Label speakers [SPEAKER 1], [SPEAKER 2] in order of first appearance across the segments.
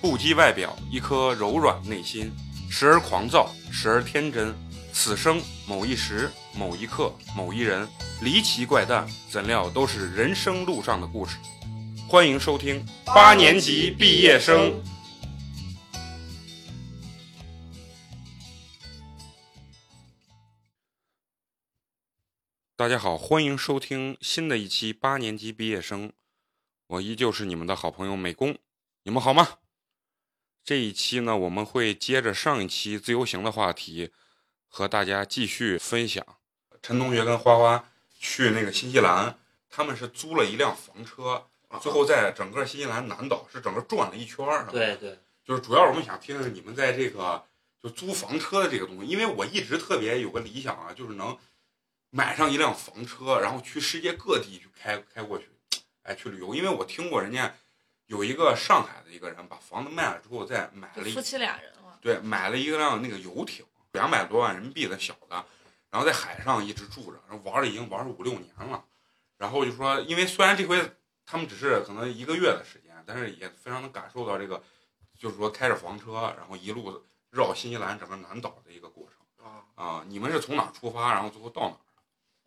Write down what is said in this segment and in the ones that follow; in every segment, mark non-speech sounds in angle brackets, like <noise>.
[SPEAKER 1] 不羁外表，一颗柔软内心，时而狂躁，时而天真。此生某一时、某一刻、某一人，离奇怪诞，怎料都是人生路上的故事。欢迎收听八年级毕业生。大家好，欢迎收听新的一期八年级毕业生，我依旧是你们的好朋友美工，你们好吗？这一期呢，我们会接着上一期自由行的话题，和大家继续分享。陈同学跟花花去那个新西兰，他们是租了一辆房车，
[SPEAKER 2] 啊
[SPEAKER 1] 最后在整个新西兰南岛是整个转了一圈儿。是吧，
[SPEAKER 2] 对对，
[SPEAKER 1] 就是主要我们想听听你们在这个就租房车的这个东西，因为我一直特别有个理想啊，就是能买上一辆房车，然后去世界各地去开开过去，哎，去旅游。因为我听过人家有一个上海的一个人把房子卖了之后，再买
[SPEAKER 3] 就
[SPEAKER 1] 了一
[SPEAKER 3] 夫妻俩人嘛，
[SPEAKER 1] 对，买了一辆那个游艇，两百多万人民币的小的，然后在海上一直住着，然后玩了已经玩了五六年了。然后就说，因为虽然这回他们只是可能一个月的时间，但是也非常能感受到这个，就是说开着房车，然后一路绕新西兰整个南岛的一个过程
[SPEAKER 2] 啊，
[SPEAKER 1] 啊、你们是从哪儿出发，然后最后到哪儿？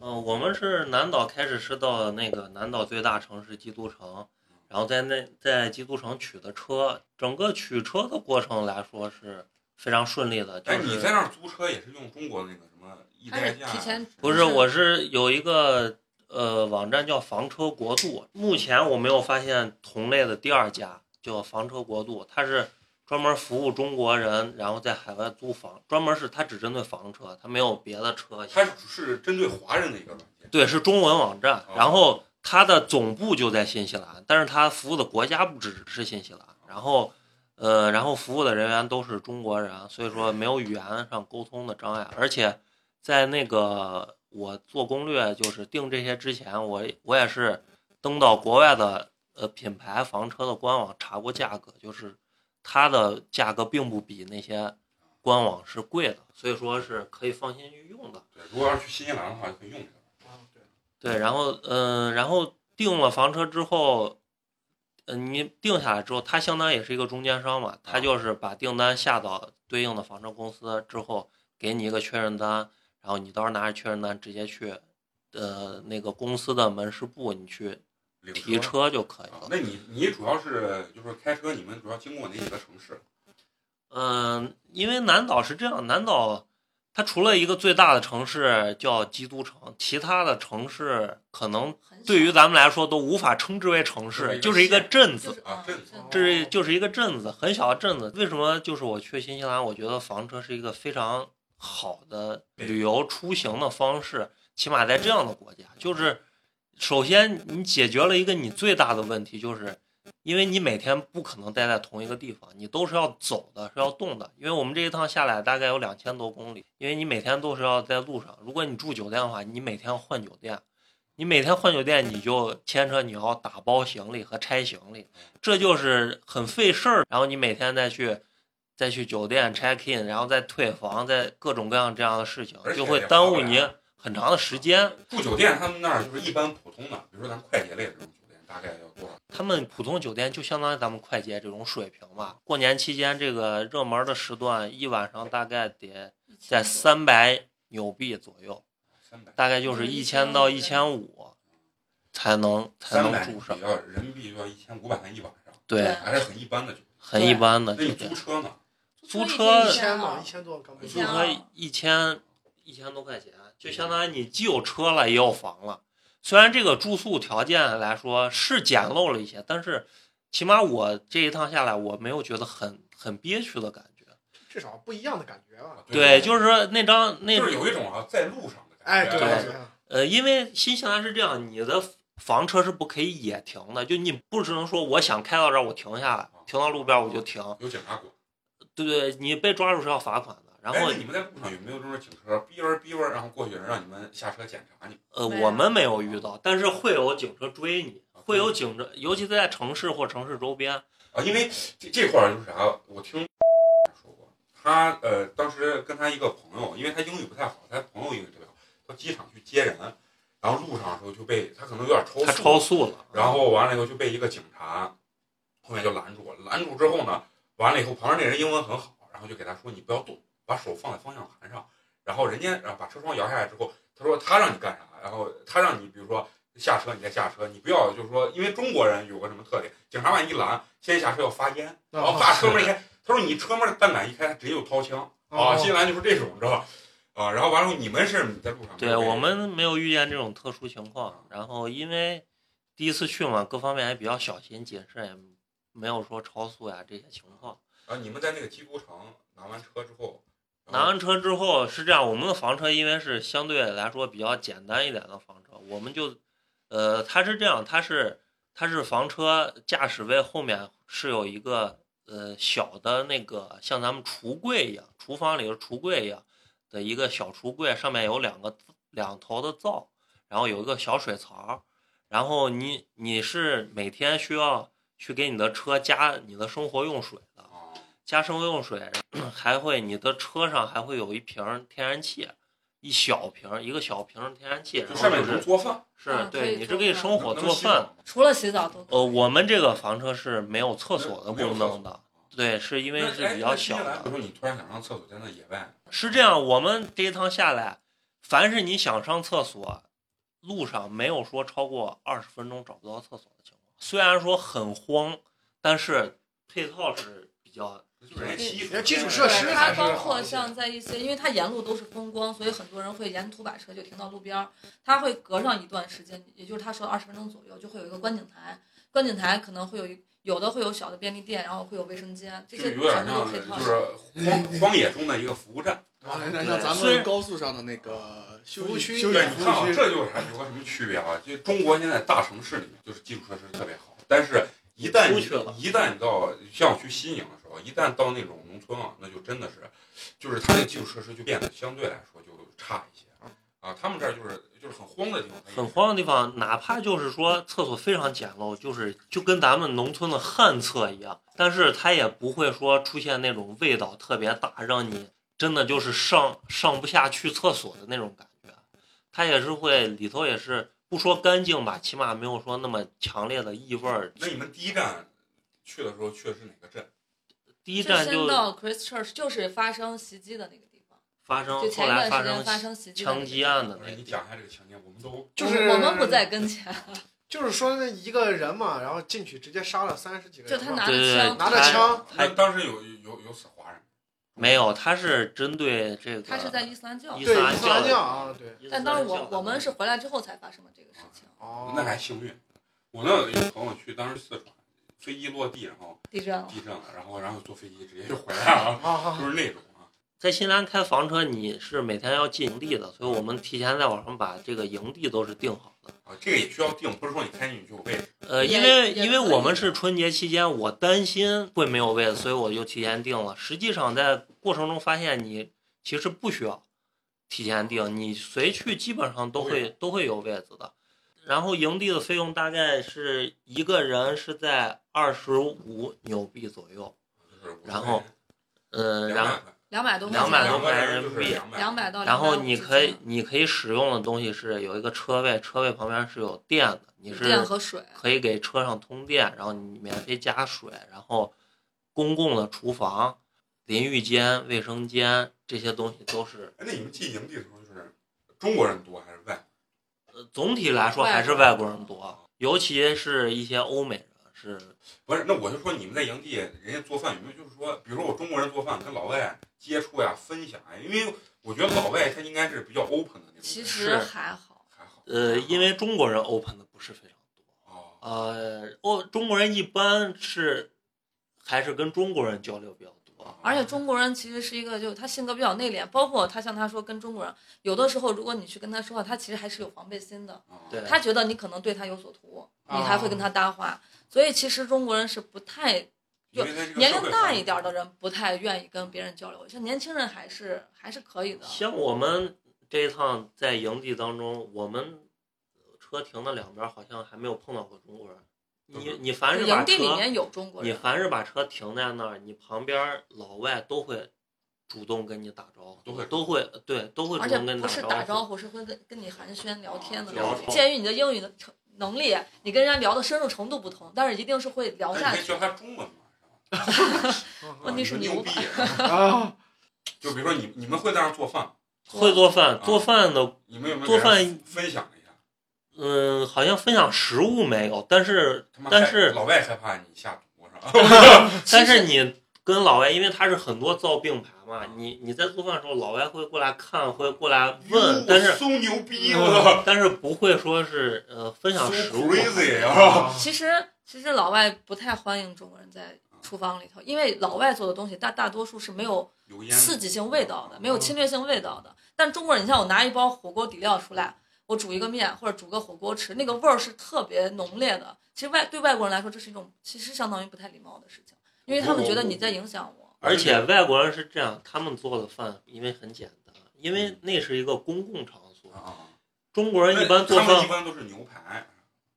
[SPEAKER 2] 嗯、我们是南岛开始是到那个南岛最大城市基督城，然后在那在基督城取的车，整个取车的过程来说是非常顺利的。就
[SPEAKER 1] 哎，
[SPEAKER 2] 是、
[SPEAKER 1] 你在那儿租车也是用中国那个什么一
[SPEAKER 3] 他
[SPEAKER 1] 代
[SPEAKER 3] 是
[SPEAKER 1] 价？
[SPEAKER 3] 提前
[SPEAKER 2] 不是，我是有一个呃网站叫房车国度，目前我没有发现同类的第二家叫房车国度，它是专门服务中国人，然后在海外租房，专门是它只针对房车，它没有别的车型。
[SPEAKER 1] 它是是针对华人的一个软件。
[SPEAKER 2] 对，是中文网站
[SPEAKER 1] 哦，
[SPEAKER 2] 然后它的总部就在新西兰，但是它服务的国家不只是新西兰，然后，呃，然后服务的人员都是中国人，所以说没有语言上沟通的障碍，而且在那个我做攻略就是定这些之前，我我也是登到国外的呃品牌房车的官网查过价格，就是它的价格并不比那些官网是贵的，所以说是可以放心去用的。
[SPEAKER 1] 对，如果要是去新西兰的话，就可以用这个。
[SPEAKER 2] 对，然后嗯、呃然后定了房车之后，嗯、你定下来之后，它相当于也是一个中间商嘛，
[SPEAKER 1] 啊
[SPEAKER 2] 它就是把订单下到对应的房车公司之后，给你一个确认单，然后你到时候拿着确认单直接去，呃，那个公司的门市部你去
[SPEAKER 1] 领
[SPEAKER 2] 提车就可以
[SPEAKER 1] 啊
[SPEAKER 2] 了。
[SPEAKER 1] 那你你主要是就是开车，你们主要经过哪几个城市？
[SPEAKER 2] 嗯，因为南岛是这样，南岛它除了一个最大的城市叫基督城，其他的城市可能
[SPEAKER 3] 很小
[SPEAKER 2] 对于咱们来说都无法称之为城
[SPEAKER 1] 就是
[SPEAKER 2] 市，
[SPEAKER 1] 一个
[SPEAKER 2] 就是一个
[SPEAKER 1] 县
[SPEAKER 2] 镇
[SPEAKER 3] 就
[SPEAKER 2] 子
[SPEAKER 3] 是。
[SPEAKER 1] 啊
[SPEAKER 3] 嗯
[SPEAKER 1] 镇子
[SPEAKER 2] 这是就是一个镇子，很小的镇子。为什么就是我去新西兰，我觉得房车是一个非常好的旅游出行的方式，起码在这样的国家，就是首先你解决了一个你最大的问题，就是因为你每天不可能待在同一个地方，你都是要走的，是要动的。因为我们这一趟下来大概有两千多公里，因为你每天都是要在路上。如果你住酒店的话，你每天换酒店，你每天换酒店，你就牵扯你要打包行李和拆行李，这就是很费事儿。然后你每天再去再去酒店 check in，然后再退房，再各种各样这样的事情
[SPEAKER 1] 而，且
[SPEAKER 2] 就
[SPEAKER 1] 也
[SPEAKER 2] 会
[SPEAKER 1] 划不
[SPEAKER 2] 耽误
[SPEAKER 1] 来
[SPEAKER 2] 你很长的时间。
[SPEAKER 1] 住酒店，他们那儿就是一般普通的，比如说咱快捷类的这种酒店，大概要多少？
[SPEAKER 2] 他们普通酒店就相当于咱们快捷这种水平吧。过年期间这个热门的时段，一晚上大概得在三百纽币左右，
[SPEAKER 1] 三百，
[SPEAKER 2] 大概就是一千到一千五，才能才
[SPEAKER 1] 三
[SPEAKER 2] 能
[SPEAKER 1] 百
[SPEAKER 2] 住上
[SPEAKER 1] 也。要人民币就要一千五百块钱一晚上，
[SPEAKER 2] 对
[SPEAKER 3] 对，
[SPEAKER 1] 还是很一般的酒店。
[SPEAKER 2] 很一般的
[SPEAKER 1] 那
[SPEAKER 2] 酒
[SPEAKER 1] 你租
[SPEAKER 2] 店，
[SPEAKER 1] 车呢？
[SPEAKER 2] 租
[SPEAKER 3] 车
[SPEAKER 2] 车
[SPEAKER 4] 一
[SPEAKER 3] 一
[SPEAKER 4] 千
[SPEAKER 3] 千
[SPEAKER 4] 多，
[SPEAKER 5] 哦
[SPEAKER 3] 了
[SPEAKER 4] 一千多刚
[SPEAKER 1] 一
[SPEAKER 2] 租
[SPEAKER 1] 千
[SPEAKER 2] 车一千一千多块钱，就相当于你既有车了也有房了。虽然这个住宿条件来说是简陋了一些，但是起码我这一趟下来，我没有觉得很很憋屈的感觉。
[SPEAKER 4] 至少不一样的感觉
[SPEAKER 1] 啊
[SPEAKER 4] 吧。
[SPEAKER 2] 对，就是说那张那
[SPEAKER 1] 就是有一种啊在路上的
[SPEAKER 4] 哎，
[SPEAKER 1] 感觉。啊
[SPEAKER 4] 对
[SPEAKER 2] 对
[SPEAKER 4] 对，
[SPEAKER 2] 呃，因为新西兰是这样，你的房车是不可以野停的，就你不只能说我想开到这儿我停下来，
[SPEAKER 1] 啊
[SPEAKER 2] 停到路边儿我就停，
[SPEAKER 1] 有警察管。
[SPEAKER 2] 对不对？你被抓住是要罚款的。然
[SPEAKER 1] 哎
[SPEAKER 2] 后
[SPEAKER 1] 那你们在路上有没有这种警车逼问逼问，然后过去人让你们下车检查你？
[SPEAKER 2] 呃，
[SPEAKER 3] 没有
[SPEAKER 2] 我们没有遇到，但是会有警车追你，会有警车，尤其在城市或城市周边，
[SPEAKER 1] 啊，因为这这块儿就是啥，我听说过，他呃当时跟他一个朋友，因为他英语不太好，他朋友英语特别好，到机场去接人，然后路上的时候就被他可能有点超速，
[SPEAKER 2] 他超速了，
[SPEAKER 1] 然后完了以后就被一个警察后面就拦住，拦住之后呢，完了以后，旁边那人英文很好，然后就给他说：“你不要动，把手放在方向盘上。”然后人家然后把车窗摇下来之后，他说：“他让你干啥？”然后他让你比如说下车，你再下车，你不要就是说，因为中国人有个什么特点，警察万一拦，先下车要发烟，然
[SPEAKER 4] 哦
[SPEAKER 1] 后把车
[SPEAKER 4] <laughs>
[SPEAKER 1] 门一开，他说：“你车门弹杆一开，他直接就掏枪
[SPEAKER 4] 哦
[SPEAKER 1] 啊！”新西兰就是这种，你知道吧？啊，然后完了，你们是在路上没
[SPEAKER 2] 对
[SPEAKER 1] 有被
[SPEAKER 2] 我们没有遇见这种特殊情
[SPEAKER 1] 啊
[SPEAKER 2] 况，然后因为第一次去嘛，各方面还比较小心谨慎，也没有说超速呀这些情况。
[SPEAKER 1] 啊，你们在那个基督城拿完车之后，然后
[SPEAKER 2] 拿完车之后是这样，我们的房车因为是相对来说比较简单一点的房车，我们就，呃，它是这样，它是它是房车驾驶位后面是有一个呃小的那个像咱们橱柜一样，厨房里的橱柜一样的一个小橱柜，上面有两个两头的灶，然后有一个小水槽，然后你你是每天需要去给你的车加你的生活用水的。
[SPEAKER 1] 啊，
[SPEAKER 2] 加生活用水，还会你的车上还会有一瓶儿天然气，一小瓶儿一个小瓶儿天然气，
[SPEAKER 1] 就
[SPEAKER 2] 然后
[SPEAKER 1] 上面
[SPEAKER 2] 就
[SPEAKER 1] 能
[SPEAKER 2] 是
[SPEAKER 1] 做饭，
[SPEAKER 2] 是
[SPEAKER 3] 啊可
[SPEAKER 2] 对
[SPEAKER 3] 以
[SPEAKER 2] 你是
[SPEAKER 3] 做
[SPEAKER 2] 可以
[SPEAKER 3] 饭
[SPEAKER 2] 生火
[SPEAKER 1] 能
[SPEAKER 2] 做
[SPEAKER 1] 洗澡
[SPEAKER 2] 饭。
[SPEAKER 1] 吗
[SPEAKER 3] 除了洗澡都可以
[SPEAKER 2] 呃，我们这个房车是没有厕
[SPEAKER 1] 没有
[SPEAKER 2] 所的
[SPEAKER 1] 没有
[SPEAKER 2] 功
[SPEAKER 1] 厕所
[SPEAKER 2] 能的，对，是因为
[SPEAKER 1] 那
[SPEAKER 2] 是
[SPEAKER 1] 哎
[SPEAKER 2] 比
[SPEAKER 1] 那
[SPEAKER 2] 较
[SPEAKER 1] 新
[SPEAKER 2] 小
[SPEAKER 1] 西兰比
[SPEAKER 2] 的
[SPEAKER 1] 如。说你突然想上厕所，在那野外，
[SPEAKER 2] 是这样，我们这一趟下来，凡是你想上厕所，路上没有说超过二十分钟找不到厕所的情况。虽然说很荒，但是配套是比较
[SPEAKER 1] 就是人家基础啊
[SPEAKER 4] 人家基础设施
[SPEAKER 3] 对，它
[SPEAKER 4] 还是
[SPEAKER 3] 包
[SPEAKER 4] 好
[SPEAKER 3] 括
[SPEAKER 4] 一些
[SPEAKER 3] 像在一些，因为它沿路都是风光，所以很多人会沿途把车就停到路边儿，它会隔上一段时间，也就是他说二十分钟左右，就会有一个观景台，观景台可能会有一有的会有小的便利店，然后会有卫生间，这
[SPEAKER 1] 就
[SPEAKER 3] 些
[SPEAKER 1] 有点
[SPEAKER 3] 全部都
[SPEAKER 1] 像
[SPEAKER 3] 配套
[SPEAKER 1] 就。是荒荒野中的一个服务站。
[SPEAKER 5] 啊，那像咱
[SPEAKER 2] 虽然
[SPEAKER 5] 们高速上的那个休
[SPEAKER 4] 哦服务
[SPEAKER 5] 息
[SPEAKER 4] 区
[SPEAKER 5] 休息
[SPEAKER 1] 对，你看啊
[SPEAKER 5] 服，务区，
[SPEAKER 1] 这就是还有个什么区别啊？就中国现在大城市里面，就是基础设施特别好，但是一旦你
[SPEAKER 2] 出去了
[SPEAKER 1] 一旦你到像我去西宁的时候，一旦到那种农村啊，那就真的是，就是它那基础设施就变得相对来说就差一些啊。他们这儿就是就是很荒的地方，它也是
[SPEAKER 2] 很荒的地方，哪怕就是说厕所非常简陋，就是就跟咱们农村的旱厕一样，但是它也不会说出现那种味道特别大，让你真的就是上上不下去厕所的那种感觉。它也是会里头也是不说干净吧，起码没有说那么强烈的异味儿。
[SPEAKER 1] 那你们第一站去的时候去的是哪个镇？
[SPEAKER 2] 第一
[SPEAKER 3] 就
[SPEAKER 2] 站
[SPEAKER 3] 伸
[SPEAKER 2] 就
[SPEAKER 3] 到 Christchurch 就是发生袭击的那个地方，
[SPEAKER 2] 发生
[SPEAKER 3] 就
[SPEAKER 2] 后
[SPEAKER 3] 前一
[SPEAKER 2] 来
[SPEAKER 3] 段
[SPEAKER 2] 发
[SPEAKER 3] 时间发
[SPEAKER 2] 生
[SPEAKER 3] 生袭击的那
[SPEAKER 2] 枪
[SPEAKER 3] 个地
[SPEAKER 2] 击
[SPEAKER 3] 方
[SPEAKER 2] 案的
[SPEAKER 1] 不
[SPEAKER 2] 那
[SPEAKER 1] 哎是你
[SPEAKER 2] 个，
[SPEAKER 1] 讲一下这个情节，我们都
[SPEAKER 4] 就是
[SPEAKER 3] 我们不在跟前，
[SPEAKER 4] 就是说那一个人嘛，然后进去直接杀了三十几个
[SPEAKER 3] 就
[SPEAKER 4] 人，
[SPEAKER 3] 他拿
[SPEAKER 2] 对对
[SPEAKER 3] 着
[SPEAKER 2] 对
[SPEAKER 3] 枪，
[SPEAKER 4] 拿着枪，
[SPEAKER 1] 那
[SPEAKER 2] 啊还
[SPEAKER 1] 当时有有有死华人，
[SPEAKER 2] 没有，它是针对这个，
[SPEAKER 3] 他是在伊斯兰教
[SPEAKER 2] 呃伊，
[SPEAKER 4] 对
[SPEAKER 2] 斯兰
[SPEAKER 4] 伊斯兰
[SPEAKER 2] 教
[SPEAKER 4] 教啊，对，
[SPEAKER 2] 伊斯
[SPEAKER 3] 但当时
[SPEAKER 2] 兰
[SPEAKER 3] 我
[SPEAKER 2] 教
[SPEAKER 3] 我们是回来之后才发生的这个事
[SPEAKER 2] 啊
[SPEAKER 3] 情，
[SPEAKER 4] 哦，
[SPEAKER 1] 那还幸运。我那有朋友去，当时四川飞机落地，然后
[SPEAKER 3] 地震了。
[SPEAKER 1] 地震了，然后然后坐飞机直接就回来了，
[SPEAKER 2] 哦
[SPEAKER 4] 啊
[SPEAKER 1] 就是那种啊。
[SPEAKER 2] 在新西兰开房车，你是每天要进营地的，所以我们提前在网上把这个营地都是定好的。
[SPEAKER 1] 啊，这个也需要定，不是说你开进去有位置。
[SPEAKER 2] 呃，
[SPEAKER 3] 也
[SPEAKER 2] 因为
[SPEAKER 3] 也
[SPEAKER 2] 因为
[SPEAKER 3] 可以
[SPEAKER 2] 我们是春节期间，我担心会没有位子，所以我就提前定了。实际上在过程中发现，你其实不需要提前定，你随去基本上都会都会有位子的。然后营地的费用大概是一个人是在二十五纽币左右，
[SPEAKER 1] 就是我
[SPEAKER 2] 然后呃，然后
[SPEAKER 3] 两百多块钱，
[SPEAKER 2] 200
[SPEAKER 1] 两
[SPEAKER 2] 多块
[SPEAKER 1] 个
[SPEAKER 2] 钱
[SPEAKER 1] 人就是
[SPEAKER 2] 人民币
[SPEAKER 1] 两百，
[SPEAKER 3] 两百到
[SPEAKER 2] 然后你可以
[SPEAKER 3] 250
[SPEAKER 2] 你可以使用的东西是有一个车位，车位旁边是有电的，你
[SPEAKER 3] 之间电
[SPEAKER 2] 是
[SPEAKER 3] 和水，
[SPEAKER 2] 可以给车上通电，然后你免费加水，然后公共的厨房、淋浴间、卫生间这些东西都是，
[SPEAKER 1] 哎，那你们进营地的时候就是中国人多还是外国
[SPEAKER 2] 呃，总体来说
[SPEAKER 3] 外
[SPEAKER 2] 还是
[SPEAKER 3] 国
[SPEAKER 2] 外国人多，尤其是一些欧美人是
[SPEAKER 1] 人？不是，那我就说你们在营地，人家做饭有没有就是说，比如说我中国人做饭跟老外接触呀、分享呀，因为我觉得老外他应该是比较 open 的那种人。
[SPEAKER 3] 其
[SPEAKER 2] 是
[SPEAKER 3] 实还好。
[SPEAKER 1] 还好。
[SPEAKER 2] 呃，因为中国人 open 的不是非常多。
[SPEAKER 1] 哦，
[SPEAKER 2] 呃，欧中国人一般是还是跟中国人交流比较
[SPEAKER 1] 哦
[SPEAKER 2] 多，
[SPEAKER 3] 而且中国人其实是一个，就他性格比较内敛，包括他像他说跟中国人，有的时候如果你去跟他说话，他其实还是有防备心的，
[SPEAKER 1] 啊
[SPEAKER 2] 对，
[SPEAKER 3] 他觉得你可能对他有所图，
[SPEAKER 4] 啊
[SPEAKER 3] 你还会跟他搭话，所以其实中国人是不太
[SPEAKER 1] 因为他这个
[SPEAKER 3] 年
[SPEAKER 1] 社会
[SPEAKER 3] 龄大
[SPEAKER 1] 环
[SPEAKER 3] 一
[SPEAKER 1] 境
[SPEAKER 3] 点的人不太愿意跟别人交流，像年轻人还是还是可以的。
[SPEAKER 2] 像我们这一趟在营地当中，我们车停的两边好像还没有碰到过中国人。你你凡
[SPEAKER 3] 就是
[SPEAKER 2] 把
[SPEAKER 3] 营地里
[SPEAKER 2] 车，
[SPEAKER 3] 面有中国
[SPEAKER 2] 你
[SPEAKER 3] 人，啊
[SPEAKER 2] 凡是把车停在那儿，你旁边老外都会主动跟你打招呼，
[SPEAKER 1] 都会
[SPEAKER 2] 都会对都会
[SPEAKER 3] 而
[SPEAKER 2] 主
[SPEAKER 3] 且
[SPEAKER 2] 动跟你
[SPEAKER 3] 不是打
[SPEAKER 2] 招
[SPEAKER 3] 招。呼，是会跟跟你寒暄聊天的那
[SPEAKER 1] 聊
[SPEAKER 3] 种。
[SPEAKER 1] 天
[SPEAKER 3] 鉴于你的英语的程能力，你跟人家聊的深入程度不同，但是一定是会聊
[SPEAKER 1] 但
[SPEAKER 3] 下
[SPEAKER 1] 是你可以教。
[SPEAKER 3] 去
[SPEAKER 1] 他中文嘛，是吧？
[SPEAKER 3] <laughs>
[SPEAKER 1] 啊
[SPEAKER 3] 问题是你无法
[SPEAKER 1] 牛逼
[SPEAKER 3] <laughs>
[SPEAKER 1] <laughs>
[SPEAKER 4] 啊，
[SPEAKER 1] 就比如说你你们会在那儿做饭吗，
[SPEAKER 2] 会做
[SPEAKER 1] 啊
[SPEAKER 2] 饭，做饭的，
[SPEAKER 1] 你们有没有
[SPEAKER 2] 做
[SPEAKER 1] 给大家
[SPEAKER 2] 饭
[SPEAKER 1] 分享一下？
[SPEAKER 2] 嗯，好像分享食物没有，但是
[SPEAKER 1] 他妈
[SPEAKER 2] 但
[SPEAKER 1] 害
[SPEAKER 2] 是
[SPEAKER 1] 老 <laughs> 外害怕你下毒是吧？
[SPEAKER 2] 但是你跟老外，因为他是很多造并排嘛，你你在做饭的时候，老外会过来看，会过来
[SPEAKER 3] 嗯
[SPEAKER 2] 问，但是
[SPEAKER 1] 嗖牛逼啊我
[SPEAKER 2] 但是不会说是呃分
[SPEAKER 1] 操
[SPEAKER 2] 享
[SPEAKER 1] ，so
[SPEAKER 2] 食物。
[SPEAKER 1] crazy 啊！
[SPEAKER 3] 其实其实老外不太欢迎中国人在厨房里头，因为老外做的东西大大多数是没有
[SPEAKER 1] 油烟
[SPEAKER 3] 刺激性味道的，没
[SPEAKER 2] 嗯
[SPEAKER 3] 有侵略性味道的。但中国人，你像我拿一包火锅底料出来，我煮一个面或者煮个火锅吃，那个味儿是特别浓烈的。其实外对外国人来说，这是一种其实相当于不太礼貌的事情，因为他们觉得你在影响我。
[SPEAKER 2] 而且
[SPEAKER 1] 啊
[SPEAKER 2] 外国人是这样，他们做的饭因为很简单，
[SPEAKER 1] 嗯
[SPEAKER 2] 因为那是一个公共场所。
[SPEAKER 1] 啊，
[SPEAKER 2] 中国人一般做
[SPEAKER 1] 他们
[SPEAKER 2] 饭
[SPEAKER 1] 一，般都是牛排，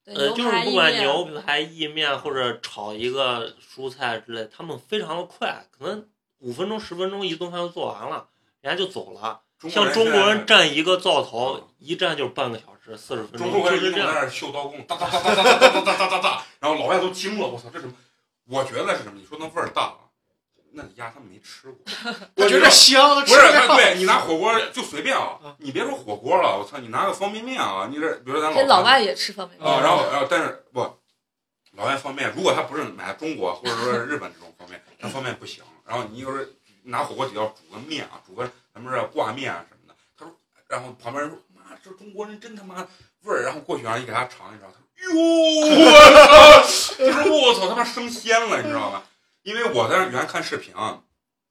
[SPEAKER 3] 对，
[SPEAKER 2] 呃，
[SPEAKER 3] 牛
[SPEAKER 2] 就是
[SPEAKER 3] 排
[SPEAKER 2] 不
[SPEAKER 3] 意
[SPEAKER 2] 管
[SPEAKER 3] 面，
[SPEAKER 2] 牛排、意面或者炒一个蔬菜之类，他们非常的快，可能五分钟、十分钟一顿饭就做完了，人家就走了。像中国人站一个灶头，一站就是半个小时，四十分
[SPEAKER 1] 中
[SPEAKER 2] 钟，
[SPEAKER 1] 国
[SPEAKER 2] 就
[SPEAKER 1] 人
[SPEAKER 2] 是
[SPEAKER 1] 一弄
[SPEAKER 2] 这
[SPEAKER 1] 在那
[SPEAKER 2] 样。，
[SPEAKER 1] 儿秀刀工，哒哒哒哒哒哒哒哒哒哒哒，然后老外都惊了，我操，这什么？我觉得是什么？你说那味儿大啊，那鸭他们没吃
[SPEAKER 4] <laughs>
[SPEAKER 1] 过，
[SPEAKER 4] 我觉得香，
[SPEAKER 1] 不
[SPEAKER 4] 吃
[SPEAKER 1] 是，
[SPEAKER 4] 不了
[SPEAKER 1] 对
[SPEAKER 4] <laughs>
[SPEAKER 1] 你拿火锅就随便啊
[SPEAKER 4] 嗯，
[SPEAKER 1] 你别说火锅了，我操，你拿个方便面啊，你这比如说咱
[SPEAKER 3] 这
[SPEAKER 1] 老
[SPEAKER 3] 老外也吃方便面。
[SPEAKER 1] 啊，然后然后但是不，老外方便，如果他不是买中国或者说日本这种方便，那方便不行。然后你就是拿火锅底料煮个面啊，煮个咱们这挂面啊什么的，他说，然后旁边人说妈，这中国人真他妈味儿，然后过去让你给他尝一尝，他说哟，我操，他说我操，他妈升仙了，你知道吧？因为我在那原看视频啊，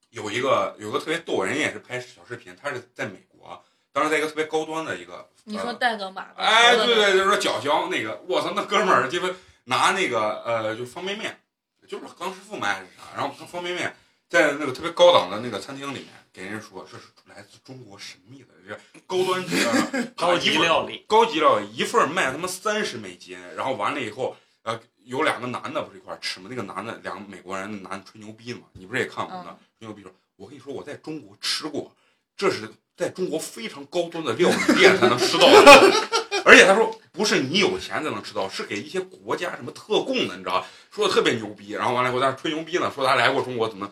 [SPEAKER 1] 有一个有个特别逗，人家也是拍小视频，他是在美国，当时在一个特别高端的一个，
[SPEAKER 3] 你
[SPEAKER 1] 呃
[SPEAKER 3] 说带个马的，
[SPEAKER 1] 哎，
[SPEAKER 3] 说
[SPEAKER 1] 对
[SPEAKER 3] 的
[SPEAKER 1] 对，就是说角角那个，我操，那哥们儿鸡巴拿那个呃，就方便面，就是刚师傅买还是啥，然后方便面在那个特别高档的那个餐厅里面给人说，这是来自中国神秘的这个高端制料
[SPEAKER 2] <laughs> 高级
[SPEAKER 1] 一份
[SPEAKER 2] 料理，
[SPEAKER 1] 高级料一份儿卖他妈三十美金，然后完了以后，呃，有两个男的不是一块儿吃吗？那个男的，两个美国人，那男的吹牛逼嘛，你不是也看过呢？吹牛逼说，我跟你说，我在中国吃过，这是在中国非常高端的料理店才能吃到的。而且他说，不是你有钱才能吃到，是给一些国家什么特供的，你知道吧？说的特别牛逼。然后完了以后，在那吹牛逼呢，说他来过中国怎么？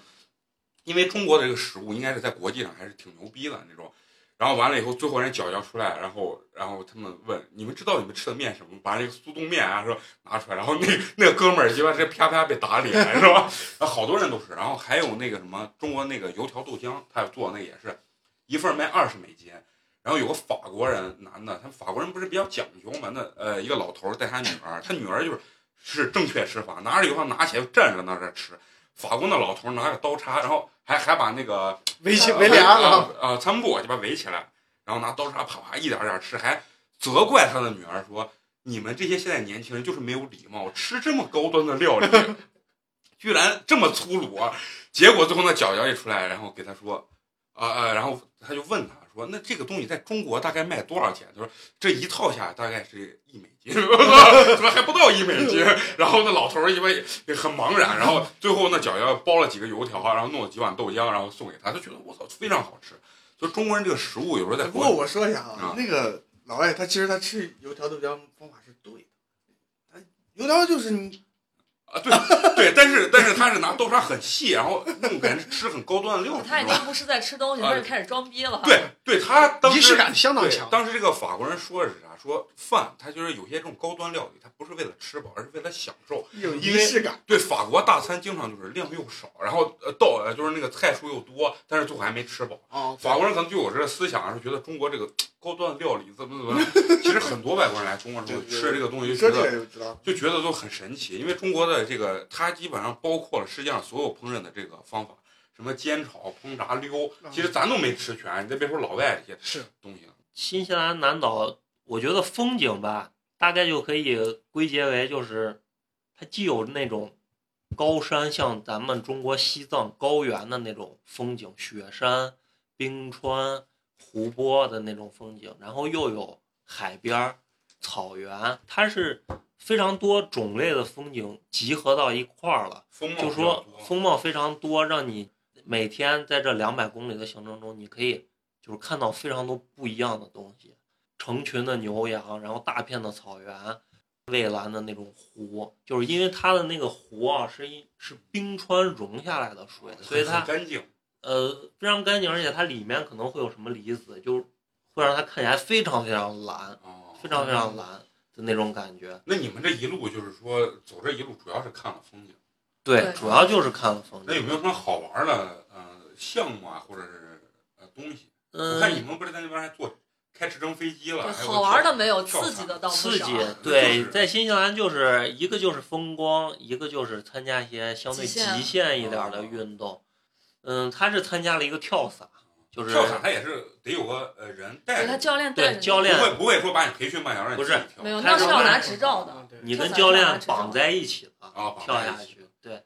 [SPEAKER 1] 因为中国的这个食物应该是在国际上还是挺牛逼的那种。然后完了以后，最后人搅搅出来，然后然后他们问你们知道你们吃的面什么吗？把那个速冻面啊说拿出来，然后那那个哥们儿鸡巴这啪啪被打脸是吧？ <laughs> 然后好多人都是，然后还有那个什么中国那个油条豆浆，他做那个也是一份儿卖二十美金。然后有个法国人男的，他们法国人不是比较讲究嘛？那呃，一个老头儿带他女儿，他女儿就是是正确吃法，拿着油条拿起来就站着那儿吃。法国那老头儿拿个刀叉，然后还还把那个
[SPEAKER 4] 围起围帘了，
[SPEAKER 1] 啊啊，餐布就把围起来，然后拿刀叉啪啪一点儿点儿吃，还责怪他的女儿说：“你们这些现在年轻人就是没有礼貌，吃这么高端的料理， <laughs> 居然这么粗鲁。”啊！结果最后那脚脚一出来，然后给他说：“啊啊！”然后他就问他说：“那这个东西在中国大概卖多少钱？”他说：“这一套下大概是一美金， <laughs> 怎么还不到一美金？”然后那老头儿因为也很茫然，然后最后那脚要包了几个油条，然后弄了几碗豆浆，然后送给他，他觉得我操非常好吃。就中国人这个食物有时候在
[SPEAKER 5] <laughs> 不
[SPEAKER 1] 国
[SPEAKER 5] 过我说一下
[SPEAKER 1] 啊
[SPEAKER 5] 啊，那个老外他其实他吃油条豆浆方法是对的，他油条就是你
[SPEAKER 1] 啊对对，但是但是他是拿豆沙很细，然后那种感觉吃很高端的料理，
[SPEAKER 3] 他已
[SPEAKER 1] 你知道吗
[SPEAKER 3] 经不是在吃东西，
[SPEAKER 1] 啊
[SPEAKER 3] 他是开始装逼了。
[SPEAKER 1] 对对，他当时
[SPEAKER 4] 仪式感相当
[SPEAKER 1] 对，
[SPEAKER 4] 强。
[SPEAKER 1] 当时这个法国人说的是啥？说饭，他就是有些这种高端料理，他不是为了吃饱，而是为了享受。
[SPEAKER 5] 有
[SPEAKER 1] 因
[SPEAKER 5] 仪
[SPEAKER 1] 为
[SPEAKER 5] 式感，
[SPEAKER 1] 对，法国大餐经常就是量又少，然后呃到呃就是那个菜数又多，但是最后还没吃饱。
[SPEAKER 5] 啊，
[SPEAKER 1] 法国人可能就有这个思想，是觉得中国这个高端料理怎么怎
[SPEAKER 5] <laughs>
[SPEAKER 1] 么，其实很多外国人来中国之后
[SPEAKER 5] 对对
[SPEAKER 1] 吃这个东西
[SPEAKER 5] 你
[SPEAKER 1] 就
[SPEAKER 5] 说
[SPEAKER 1] 觉
[SPEAKER 5] 这
[SPEAKER 1] 得
[SPEAKER 5] 个就知道，
[SPEAKER 1] 就觉得都很神奇，因为中国的这个它基本上包括了世界上所有烹饪的这个方法，什么煎炒、烹炸、溜，
[SPEAKER 5] 嗯
[SPEAKER 4] 嗯
[SPEAKER 1] 其实咱都没吃全，你再别说老外这些
[SPEAKER 5] 是
[SPEAKER 1] 东西了。
[SPEAKER 2] 新西兰南岛，我觉得风景吧，大概就可以归结为就是，它既有那种高山，像咱们中国西藏高原的那种风景，雪山、冰川、湖泊的那种风景，然后又有海边儿、草原，它是非常多种类的风景集合到一块儿了。
[SPEAKER 1] 风貌
[SPEAKER 2] 就
[SPEAKER 1] 比较
[SPEAKER 2] 说
[SPEAKER 1] 多
[SPEAKER 2] 风貌非常多，让你每天在这两百公里的行程中，你可以就是看到非常多不一样的东西，成群的牛羊，然后大片的草原，蔚蓝的那种湖，就是因为它的那个湖啊是一是冰川融下来的水，
[SPEAKER 1] 哦
[SPEAKER 2] 所以
[SPEAKER 1] <laughs>
[SPEAKER 2] 它
[SPEAKER 1] 很干净。
[SPEAKER 2] 呃非常干净，而且它里面可能会有什么离子，就是会让它看起来非常非常蓝，
[SPEAKER 1] 哦，
[SPEAKER 2] 非常非常蓝的那种感觉。
[SPEAKER 1] 那你们这一路就是说走这一路主要是看了风景，
[SPEAKER 2] 对
[SPEAKER 3] 对，
[SPEAKER 2] 主要就是看了风
[SPEAKER 1] 那有
[SPEAKER 2] 景。
[SPEAKER 1] 没有什么好玩的呃项目啊，或者是呃东西？我看你
[SPEAKER 2] 嗯，
[SPEAKER 1] 们不是在那边还坐开直升飞机了，还有
[SPEAKER 3] 好玩的没有，
[SPEAKER 1] 哎跳哎
[SPEAKER 3] 刺激的倒不
[SPEAKER 2] 刺
[SPEAKER 3] 少。
[SPEAKER 2] 激
[SPEAKER 1] 少就
[SPEAKER 2] 对，
[SPEAKER 1] 是
[SPEAKER 2] 在新西兰就是一个就是风光，一个就是参加一些相对
[SPEAKER 3] 极限
[SPEAKER 2] 极限一点的运动。嗯，他是参加了一个跳伞，就
[SPEAKER 1] 跳跳
[SPEAKER 2] 是
[SPEAKER 1] 伞，它也是得有个呃人带
[SPEAKER 3] 对
[SPEAKER 1] 着
[SPEAKER 3] 他
[SPEAKER 1] 你，
[SPEAKER 3] 教练带着
[SPEAKER 2] 对
[SPEAKER 3] 你
[SPEAKER 2] 教练
[SPEAKER 1] 不会不会说把你培训半小时让你
[SPEAKER 2] 不
[SPEAKER 1] 自
[SPEAKER 2] 是
[SPEAKER 1] 己跳啊
[SPEAKER 3] 没有，
[SPEAKER 2] 他
[SPEAKER 3] 那
[SPEAKER 2] 是
[SPEAKER 3] 是
[SPEAKER 2] 慢
[SPEAKER 3] 要拿
[SPEAKER 2] 慢
[SPEAKER 3] 执照的。
[SPEAKER 4] 对，
[SPEAKER 2] 你跟教练绑在一起了，
[SPEAKER 1] 啊，绑
[SPEAKER 2] 跳
[SPEAKER 1] 在一
[SPEAKER 2] 下
[SPEAKER 1] 起
[SPEAKER 2] 去。对，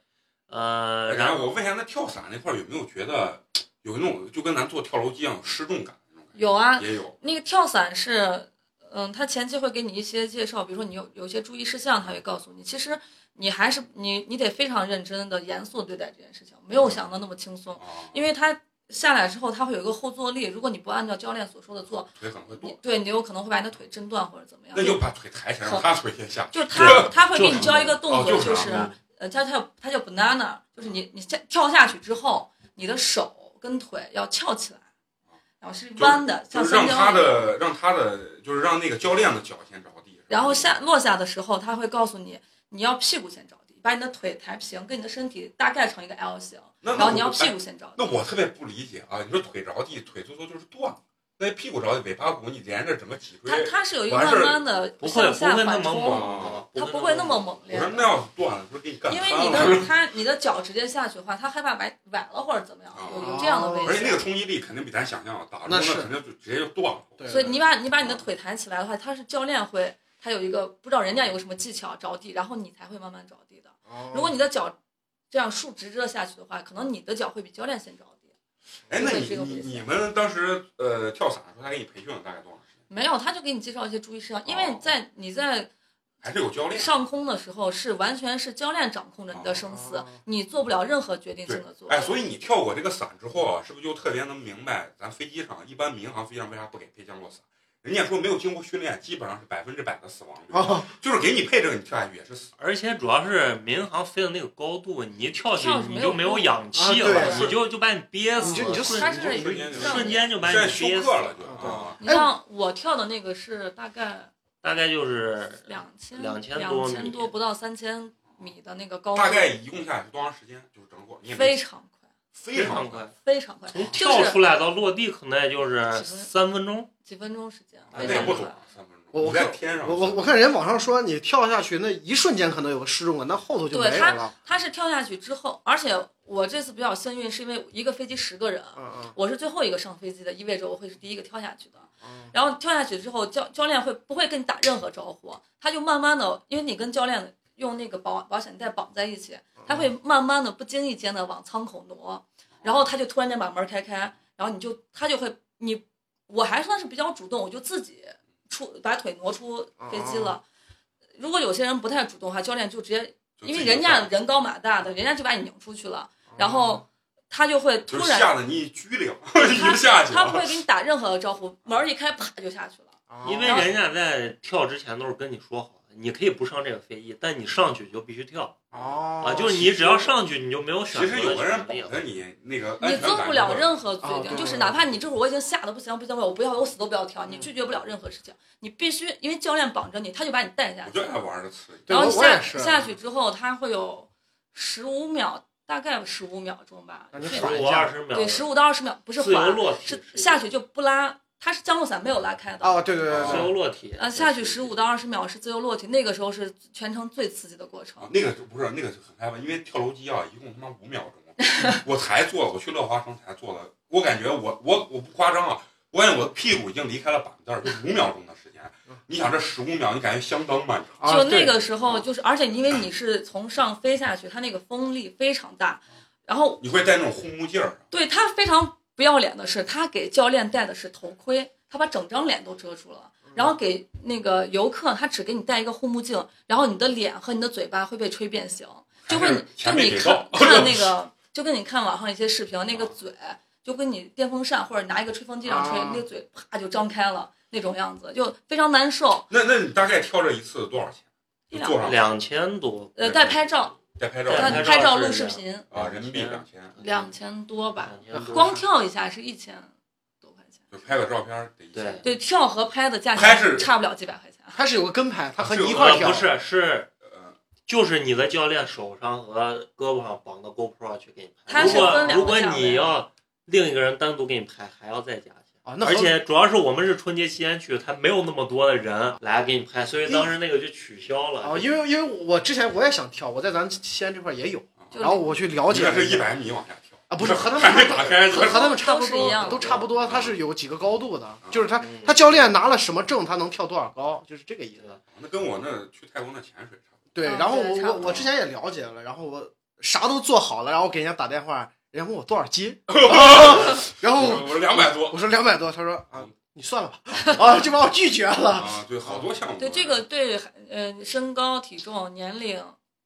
[SPEAKER 2] 呃，
[SPEAKER 1] 然
[SPEAKER 2] 然
[SPEAKER 1] 后
[SPEAKER 2] 后
[SPEAKER 1] 我问一下，那跳伞那块儿有没有觉得有那种就跟咱坐跳楼机一样有失重感那种感觉？
[SPEAKER 3] 有啊
[SPEAKER 1] 也有。
[SPEAKER 3] 那个跳伞是，嗯，他前期会给你一些介绍，比如说你有有一些注意事项，他会告诉你。其实你还是你你得非常认真的、严肃地对待这件事情，没有想到那么轻松，
[SPEAKER 1] 啊，
[SPEAKER 3] 因为他下来之后他会有一个后坐力，如果你不按照教练所说的做，
[SPEAKER 1] 腿可能会
[SPEAKER 3] 你
[SPEAKER 1] 动，
[SPEAKER 3] 对你有可能会把你的腿震断或者怎么样。
[SPEAKER 1] 那就把腿抬起来，让他腿先下。
[SPEAKER 3] 就是他他会
[SPEAKER 2] 就
[SPEAKER 3] 给
[SPEAKER 2] 是
[SPEAKER 3] 你教一个
[SPEAKER 1] 哦
[SPEAKER 3] 动
[SPEAKER 1] 就
[SPEAKER 3] 作，
[SPEAKER 1] 是
[SPEAKER 3] 就是
[SPEAKER 1] 啊
[SPEAKER 3] 呃，他叫他叫 banana，就是你你下跳下去之后，你的手跟腿要翘起来，然后是弯的，
[SPEAKER 1] 就
[SPEAKER 3] 像
[SPEAKER 1] 是让
[SPEAKER 3] 香
[SPEAKER 1] 他
[SPEAKER 3] 蕉一样。
[SPEAKER 1] 的让他的就是让那个教练的脚先着地，
[SPEAKER 3] 然后下落下的时候，他会告诉你，你要屁股先着地，把你的腿抬平，跟你的身体大概成一个 L 型，
[SPEAKER 1] 那
[SPEAKER 3] 然后你要
[SPEAKER 1] 屁
[SPEAKER 3] 屁股先着
[SPEAKER 1] 那
[SPEAKER 3] 地。
[SPEAKER 1] 我特别不理解啊！你说腿着地，腿最多就是断了，那屁股着地，尾巴骨你连着整个脊椎
[SPEAKER 3] 它。它是有一个
[SPEAKER 1] 完事
[SPEAKER 3] 慢
[SPEAKER 1] 儿
[SPEAKER 3] 慢的
[SPEAKER 2] 不会不
[SPEAKER 3] 向下
[SPEAKER 2] 会那
[SPEAKER 3] 缓
[SPEAKER 2] 么
[SPEAKER 3] 冲，
[SPEAKER 1] 啊
[SPEAKER 2] 猛，
[SPEAKER 3] 它不会那么猛
[SPEAKER 1] 我
[SPEAKER 3] 烈
[SPEAKER 1] 说那
[SPEAKER 3] 的。
[SPEAKER 1] 要是断了，不是给你干
[SPEAKER 3] 因为
[SPEAKER 1] 翻
[SPEAKER 3] 你
[SPEAKER 1] 了？
[SPEAKER 3] 的它你的脚直接下去的话，它害怕崴崴了或者怎么样，有有这样的危险。
[SPEAKER 4] 哦
[SPEAKER 1] <laughs> 啊而且那个冲击力肯定比咱想象要大，
[SPEAKER 4] 那
[SPEAKER 1] 如果
[SPEAKER 4] 是
[SPEAKER 1] 肯定就直接就断了。
[SPEAKER 4] 对
[SPEAKER 3] 所以你把你把你的腿抬起来的话，他是教练会，他有一个不知道人家有个什么技巧着地，然后你才会慢慢着地的。
[SPEAKER 1] 哦啊
[SPEAKER 3] 如果你的脚这样竖直着下去的话，可能你的脚会比教练先着地。
[SPEAKER 1] 哎，那你
[SPEAKER 3] 这个危
[SPEAKER 1] 你
[SPEAKER 3] 险
[SPEAKER 1] 你们当时呃跳伞的时候，他给你培训了大概多长时间？
[SPEAKER 3] 没有，他就给你介绍一些注意事项，因为
[SPEAKER 1] 哦
[SPEAKER 3] 在你在
[SPEAKER 1] 还是有教练？
[SPEAKER 3] 上空的时候是完全是教练掌控着你的生死，你做不了任何决定性的作用。
[SPEAKER 1] 哦哎，所以你跳过这个伞之后啊，是不是就特别能明白咱飞机上一般民航飞机上为啥不给配降落伞？人家说没有经过训练，基本上是百分之百的死亡率，
[SPEAKER 4] 啊，
[SPEAKER 1] 就是给你配这个，你跳下去也是死。
[SPEAKER 2] 而且主要是民航飞的那个高度，你一跳下
[SPEAKER 3] 跳
[SPEAKER 2] 去
[SPEAKER 3] 是
[SPEAKER 2] 你
[SPEAKER 3] 没
[SPEAKER 2] 就
[SPEAKER 3] 有
[SPEAKER 2] 没有氧气
[SPEAKER 4] 啊对
[SPEAKER 2] 了，
[SPEAKER 1] 是
[SPEAKER 2] 你就就哎把你憋死
[SPEAKER 4] 你就你
[SPEAKER 2] 了，
[SPEAKER 4] 就
[SPEAKER 2] 瞬
[SPEAKER 3] 它是
[SPEAKER 1] 瞬间就
[SPEAKER 3] 让
[SPEAKER 2] 瞬
[SPEAKER 3] 你
[SPEAKER 2] 间就把
[SPEAKER 1] 现
[SPEAKER 2] 你
[SPEAKER 1] 在休
[SPEAKER 2] 憋死
[SPEAKER 1] 克了就
[SPEAKER 4] 啊
[SPEAKER 1] 啊，
[SPEAKER 3] 你像我跳的那个是大概
[SPEAKER 2] 大概就是
[SPEAKER 3] 两千
[SPEAKER 2] 两千多
[SPEAKER 3] 两千
[SPEAKER 2] 米
[SPEAKER 3] 多不到三千米的那个高度，
[SPEAKER 1] 大概一共下来是多长时间？就是整个你也
[SPEAKER 3] 非
[SPEAKER 1] 没
[SPEAKER 3] 常快，
[SPEAKER 1] 非常
[SPEAKER 2] 常
[SPEAKER 1] 快，
[SPEAKER 2] 快，
[SPEAKER 3] 非常快，
[SPEAKER 2] 从
[SPEAKER 3] 就
[SPEAKER 2] 跳
[SPEAKER 3] 是
[SPEAKER 2] 出来到落地可能也就是
[SPEAKER 3] 分
[SPEAKER 2] 三分钟，
[SPEAKER 3] 几分钟时间，
[SPEAKER 1] 啊
[SPEAKER 3] 非
[SPEAKER 1] 那也
[SPEAKER 3] 常
[SPEAKER 1] 不
[SPEAKER 3] 快
[SPEAKER 1] 短。，三分钟。
[SPEAKER 4] 我我
[SPEAKER 1] 你在天上，
[SPEAKER 4] 我我我看人网上说你跳下去那一瞬间可能有个失重感，那后头就没
[SPEAKER 3] 对
[SPEAKER 4] 有
[SPEAKER 3] 他
[SPEAKER 4] 了。
[SPEAKER 3] 他是跳下去之后，而且我这次比较幸运，是因为一个飞机十个人，
[SPEAKER 1] 啊
[SPEAKER 4] 嗯嗯
[SPEAKER 3] 我是最后一个上飞机的，意味着我会是第一个跳下去的。
[SPEAKER 4] 嗯，
[SPEAKER 3] 然后跳下去之后，教教练会不会跟你打任何招呼？他就慢慢的，因为你跟教练用那个保保险带绑在一起，他会慢慢的不经意间的往舱口挪，然后他就突然间把门开开，然后你就他就会你，我还算是比较主动，我就自己出把腿挪出
[SPEAKER 4] 嗯哦
[SPEAKER 3] 飞机了。如果有些人不太主动的话，教练就直接
[SPEAKER 1] 就
[SPEAKER 3] 因
[SPEAKER 1] 自
[SPEAKER 3] 为
[SPEAKER 1] 己
[SPEAKER 3] 人
[SPEAKER 1] 跳
[SPEAKER 3] 家人高马大的，人家就把你拧出去了，
[SPEAKER 4] 哦嗯
[SPEAKER 3] 然后他就会突
[SPEAKER 1] 就是
[SPEAKER 3] 然，
[SPEAKER 1] 吓得你一激
[SPEAKER 3] <laughs>
[SPEAKER 1] 灵，你
[SPEAKER 3] 他
[SPEAKER 1] 就下去
[SPEAKER 3] 他不
[SPEAKER 1] 了。
[SPEAKER 3] 会给你打任何的招呼，门儿一开，啪就下去了。
[SPEAKER 4] 嗯
[SPEAKER 2] 因为
[SPEAKER 3] 然后
[SPEAKER 2] 人家在跳之前都是跟你说好的，你可以不上这个飞机，但你上去就必须跳
[SPEAKER 4] 哦
[SPEAKER 2] 啊，就是你只要上去你就没有选
[SPEAKER 1] 其
[SPEAKER 2] 择
[SPEAKER 1] 实
[SPEAKER 2] 的
[SPEAKER 1] 有个人
[SPEAKER 2] 权
[SPEAKER 1] 保
[SPEAKER 2] 利了。
[SPEAKER 1] 着你哎那个安
[SPEAKER 3] 你
[SPEAKER 1] 全感，
[SPEAKER 3] 做不了任何决
[SPEAKER 4] 哦
[SPEAKER 3] 定，
[SPEAKER 4] 对
[SPEAKER 3] 就是哪怕你这会儿我已经吓得不行不行，我不要，我死都不要跳，你拒绝不了任何事情，你必须因为教练绑着你，他就把你带下
[SPEAKER 1] 我
[SPEAKER 3] 去
[SPEAKER 1] 就，爱玩这刺激。
[SPEAKER 4] 对
[SPEAKER 3] 然后
[SPEAKER 4] 我
[SPEAKER 3] 你
[SPEAKER 4] 我也
[SPEAKER 3] 下
[SPEAKER 4] 是啊
[SPEAKER 3] 下去之后，他会有十五秒，大概十五秒钟吧，
[SPEAKER 4] 让你
[SPEAKER 3] 最
[SPEAKER 4] 缓
[SPEAKER 2] 十五二十秒，
[SPEAKER 3] 对十五到二十秒，不是
[SPEAKER 2] 自由
[SPEAKER 3] 缓，
[SPEAKER 2] 落体
[SPEAKER 3] 是
[SPEAKER 2] 一个
[SPEAKER 3] 下去就不拉，他是降落伞没有拉开的，
[SPEAKER 4] 哦，对对对
[SPEAKER 2] 自
[SPEAKER 4] 对，
[SPEAKER 2] 由落体
[SPEAKER 3] 呃，下去十五到二十秒是自由落体，那个时候是全程最刺激的过程
[SPEAKER 1] 啊，。那个就不是那个就很害怕，因为跳楼机啊，一共他妈五秒钟， <laughs> 我才坐，我去乐华城才坐的，我感觉我我我不夸张啊，我感觉我的屁股已经离开了板凳儿，就五秒钟的时间，
[SPEAKER 4] 嗯
[SPEAKER 1] 你想这十五秒，你感觉相当漫长。
[SPEAKER 4] 啊
[SPEAKER 3] 就
[SPEAKER 4] 对
[SPEAKER 3] 那个时候，就是而且因为你是从上飞下去，它那个风力非常大，然后
[SPEAKER 1] 你会戴那种护目镜儿，
[SPEAKER 3] 对他非常不要脸的是，他给教练戴的是头盔，他把整张脸都遮住了。
[SPEAKER 2] 嗯
[SPEAKER 3] 然后给那个游客，他只给你戴一个护目镜，然后你的脸和你的嘴巴会被吹变形，就会
[SPEAKER 1] 还
[SPEAKER 3] 你
[SPEAKER 1] 是
[SPEAKER 3] 就
[SPEAKER 1] 钱
[SPEAKER 3] 你
[SPEAKER 1] 没给
[SPEAKER 3] 看
[SPEAKER 1] 到
[SPEAKER 2] <laughs>
[SPEAKER 3] 看那个，就跟你看网上一些视频，那
[SPEAKER 2] 啊
[SPEAKER 3] 个嘴就跟你电风扇或者拿一个吹风机上吹，
[SPEAKER 4] 啊
[SPEAKER 3] 那个嘴啪就张开了那种样子，就非常难受。
[SPEAKER 1] 那那你大概跳这一次多少钱？
[SPEAKER 3] 一
[SPEAKER 1] 坐
[SPEAKER 3] 两
[SPEAKER 1] 上
[SPEAKER 2] 两千多，
[SPEAKER 3] 呃，带拍照，
[SPEAKER 1] 再拍照
[SPEAKER 2] 对
[SPEAKER 3] 带
[SPEAKER 2] 拍
[SPEAKER 3] 拍
[SPEAKER 2] 照
[SPEAKER 3] 照录
[SPEAKER 2] 是
[SPEAKER 3] 视
[SPEAKER 2] 的
[SPEAKER 3] 频，
[SPEAKER 1] 啊，人民币两千，
[SPEAKER 3] 两千多吧，
[SPEAKER 2] 2000多
[SPEAKER 3] 光跳一下是一千多块钱，
[SPEAKER 1] 就拍个照片得一千
[SPEAKER 2] 对。
[SPEAKER 3] 对，跳和拍的价
[SPEAKER 1] 拍是
[SPEAKER 3] 钱差不了几百块钱。啊
[SPEAKER 4] 他是有个跟拍，他和你一块
[SPEAKER 1] 啊
[SPEAKER 4] 儿
[SPEAKER 2] 呃
[SPEAKER 4] 跳，
[SPEAKER 2] 不是是
[SPEAKER 1] 呃，
[SPEAKER 2] 就是你的教练手上和胳膊上绑个 GoPro 去给你拍。
[SPEAKER 3] 他
[SPEAKER 2] 如
[SPEAKER 3] 是
[SPEAKER 2] 果
[SPEAKER 3] 分两个
[SPEAKER 2] 如果
[SPEAKER 3] 价位
[SPEAKER 2] 你要另一个人单独给你拍，还要再加钱。
[SPEAKER 4] 啊，那
[SPEAKER 2] 而
[SPEAKER 4] 和
[SPEAKER 2] 且主要是我们是春节期间去，他没有那么多的人来给你拍，所以当时那个就取消了。
[SPEAKER 4] 啊，因为因为我之前我也想跳，我在咱西安这块儿也有，
[SPEAKER 3] 就
[SPEAKER 4] 然后我去了
[SPEAKER 1] 你
[SPEAKER 4] 解
[SPEAKER 1] 那
[SPEAKER 4] 了
[SPEAKER 1] 啊是
[SPEAKER 4] 一
[SPEAKER 1] 一
[SPEAKER 4] 下
[SPEAKER 1] 百米往下跳，
[SPEAKER 4] 啊，不是和他
[SPEAKER 1] 还没
[SPEAKER 4] 们
[SPEAKER 1] 打
[SPEAKER 4] <laughs>
[SPEAKER 1] 开，
[SPEAKER 2] 嗯
[SPEAKER 4] 和和他们差不
[SPEAKER 3] 都是一样
[SPEAKER 4] 多，
[SPEAKER 3] 的
[SPEAKER 4] 都差不多，他是有几个高度的，就是他
[SPEAKER 2] 嗯
[SPEAKER 4] 他教练拿了什么证，他能跳多少高，就是这个意思。
[SPEAKER 1] 那跟我那去泰国那潜水差不多。
[SPEAKER 4] 对，
[SPEAKER 3] 嗯
[SPEAKER 4] 然后
[SPEAKER 3] 对差
[SPEAKER 4] 我
[SPEAKER 3] 不
[SPEAKER 4] 我
[SPEAKER 3] 多
[SPEAKER 4] 我之前也了解了，然后我啥都做好了，然后给人家打电话，人家问我多少 <laughs> 斤，然后我
[SPEAKER 1] 我我两百多
[SPEAKER 4] 我说两百多，他说啊
[SPEAKER 1] 嗯，
[SPEAKER 4] 你算了吧， <laughs> 啊，就把我拒绝了。
[SPEAKER 1] 啊，对，好多项目。
[SPEAKER 3] 对这个对呃身高、体重、年龄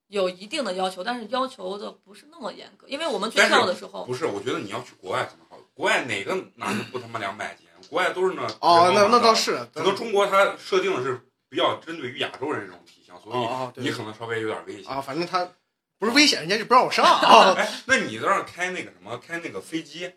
[SPEAKER 3] 有一定的要求，但是要求的不是那么严格，因为我们去
[SPEAKER 1] 但是
[SPEAKER 3] 跳的时候，
[SPEAKER 1] 不是，我觉得你要去国外才能好。国外哪个男的不他妈两百斤？国外都是那
[SPEAKER 4] 哦，
[SPEAKER 1] 人高
[SPEAKER 4] 那
[SPEAKER 1] 马大
[SPEAKER 4] 那倒是，
[SPEAKER 1] 可能中国它设定的是比较针对于亚洲人这种体型，所以
[SPEAKER 4] 哦哦，
[SPEAKER 1] 你
[SPEAKER 4] 对
[SPEAKER 1] 可能稍微有点危险
[SPEAKER 4] 啊，。反正他不是危险，人家就不让我上啊。
[SPEAKER 1] 哎，那你让开那个什么，开那个飞机，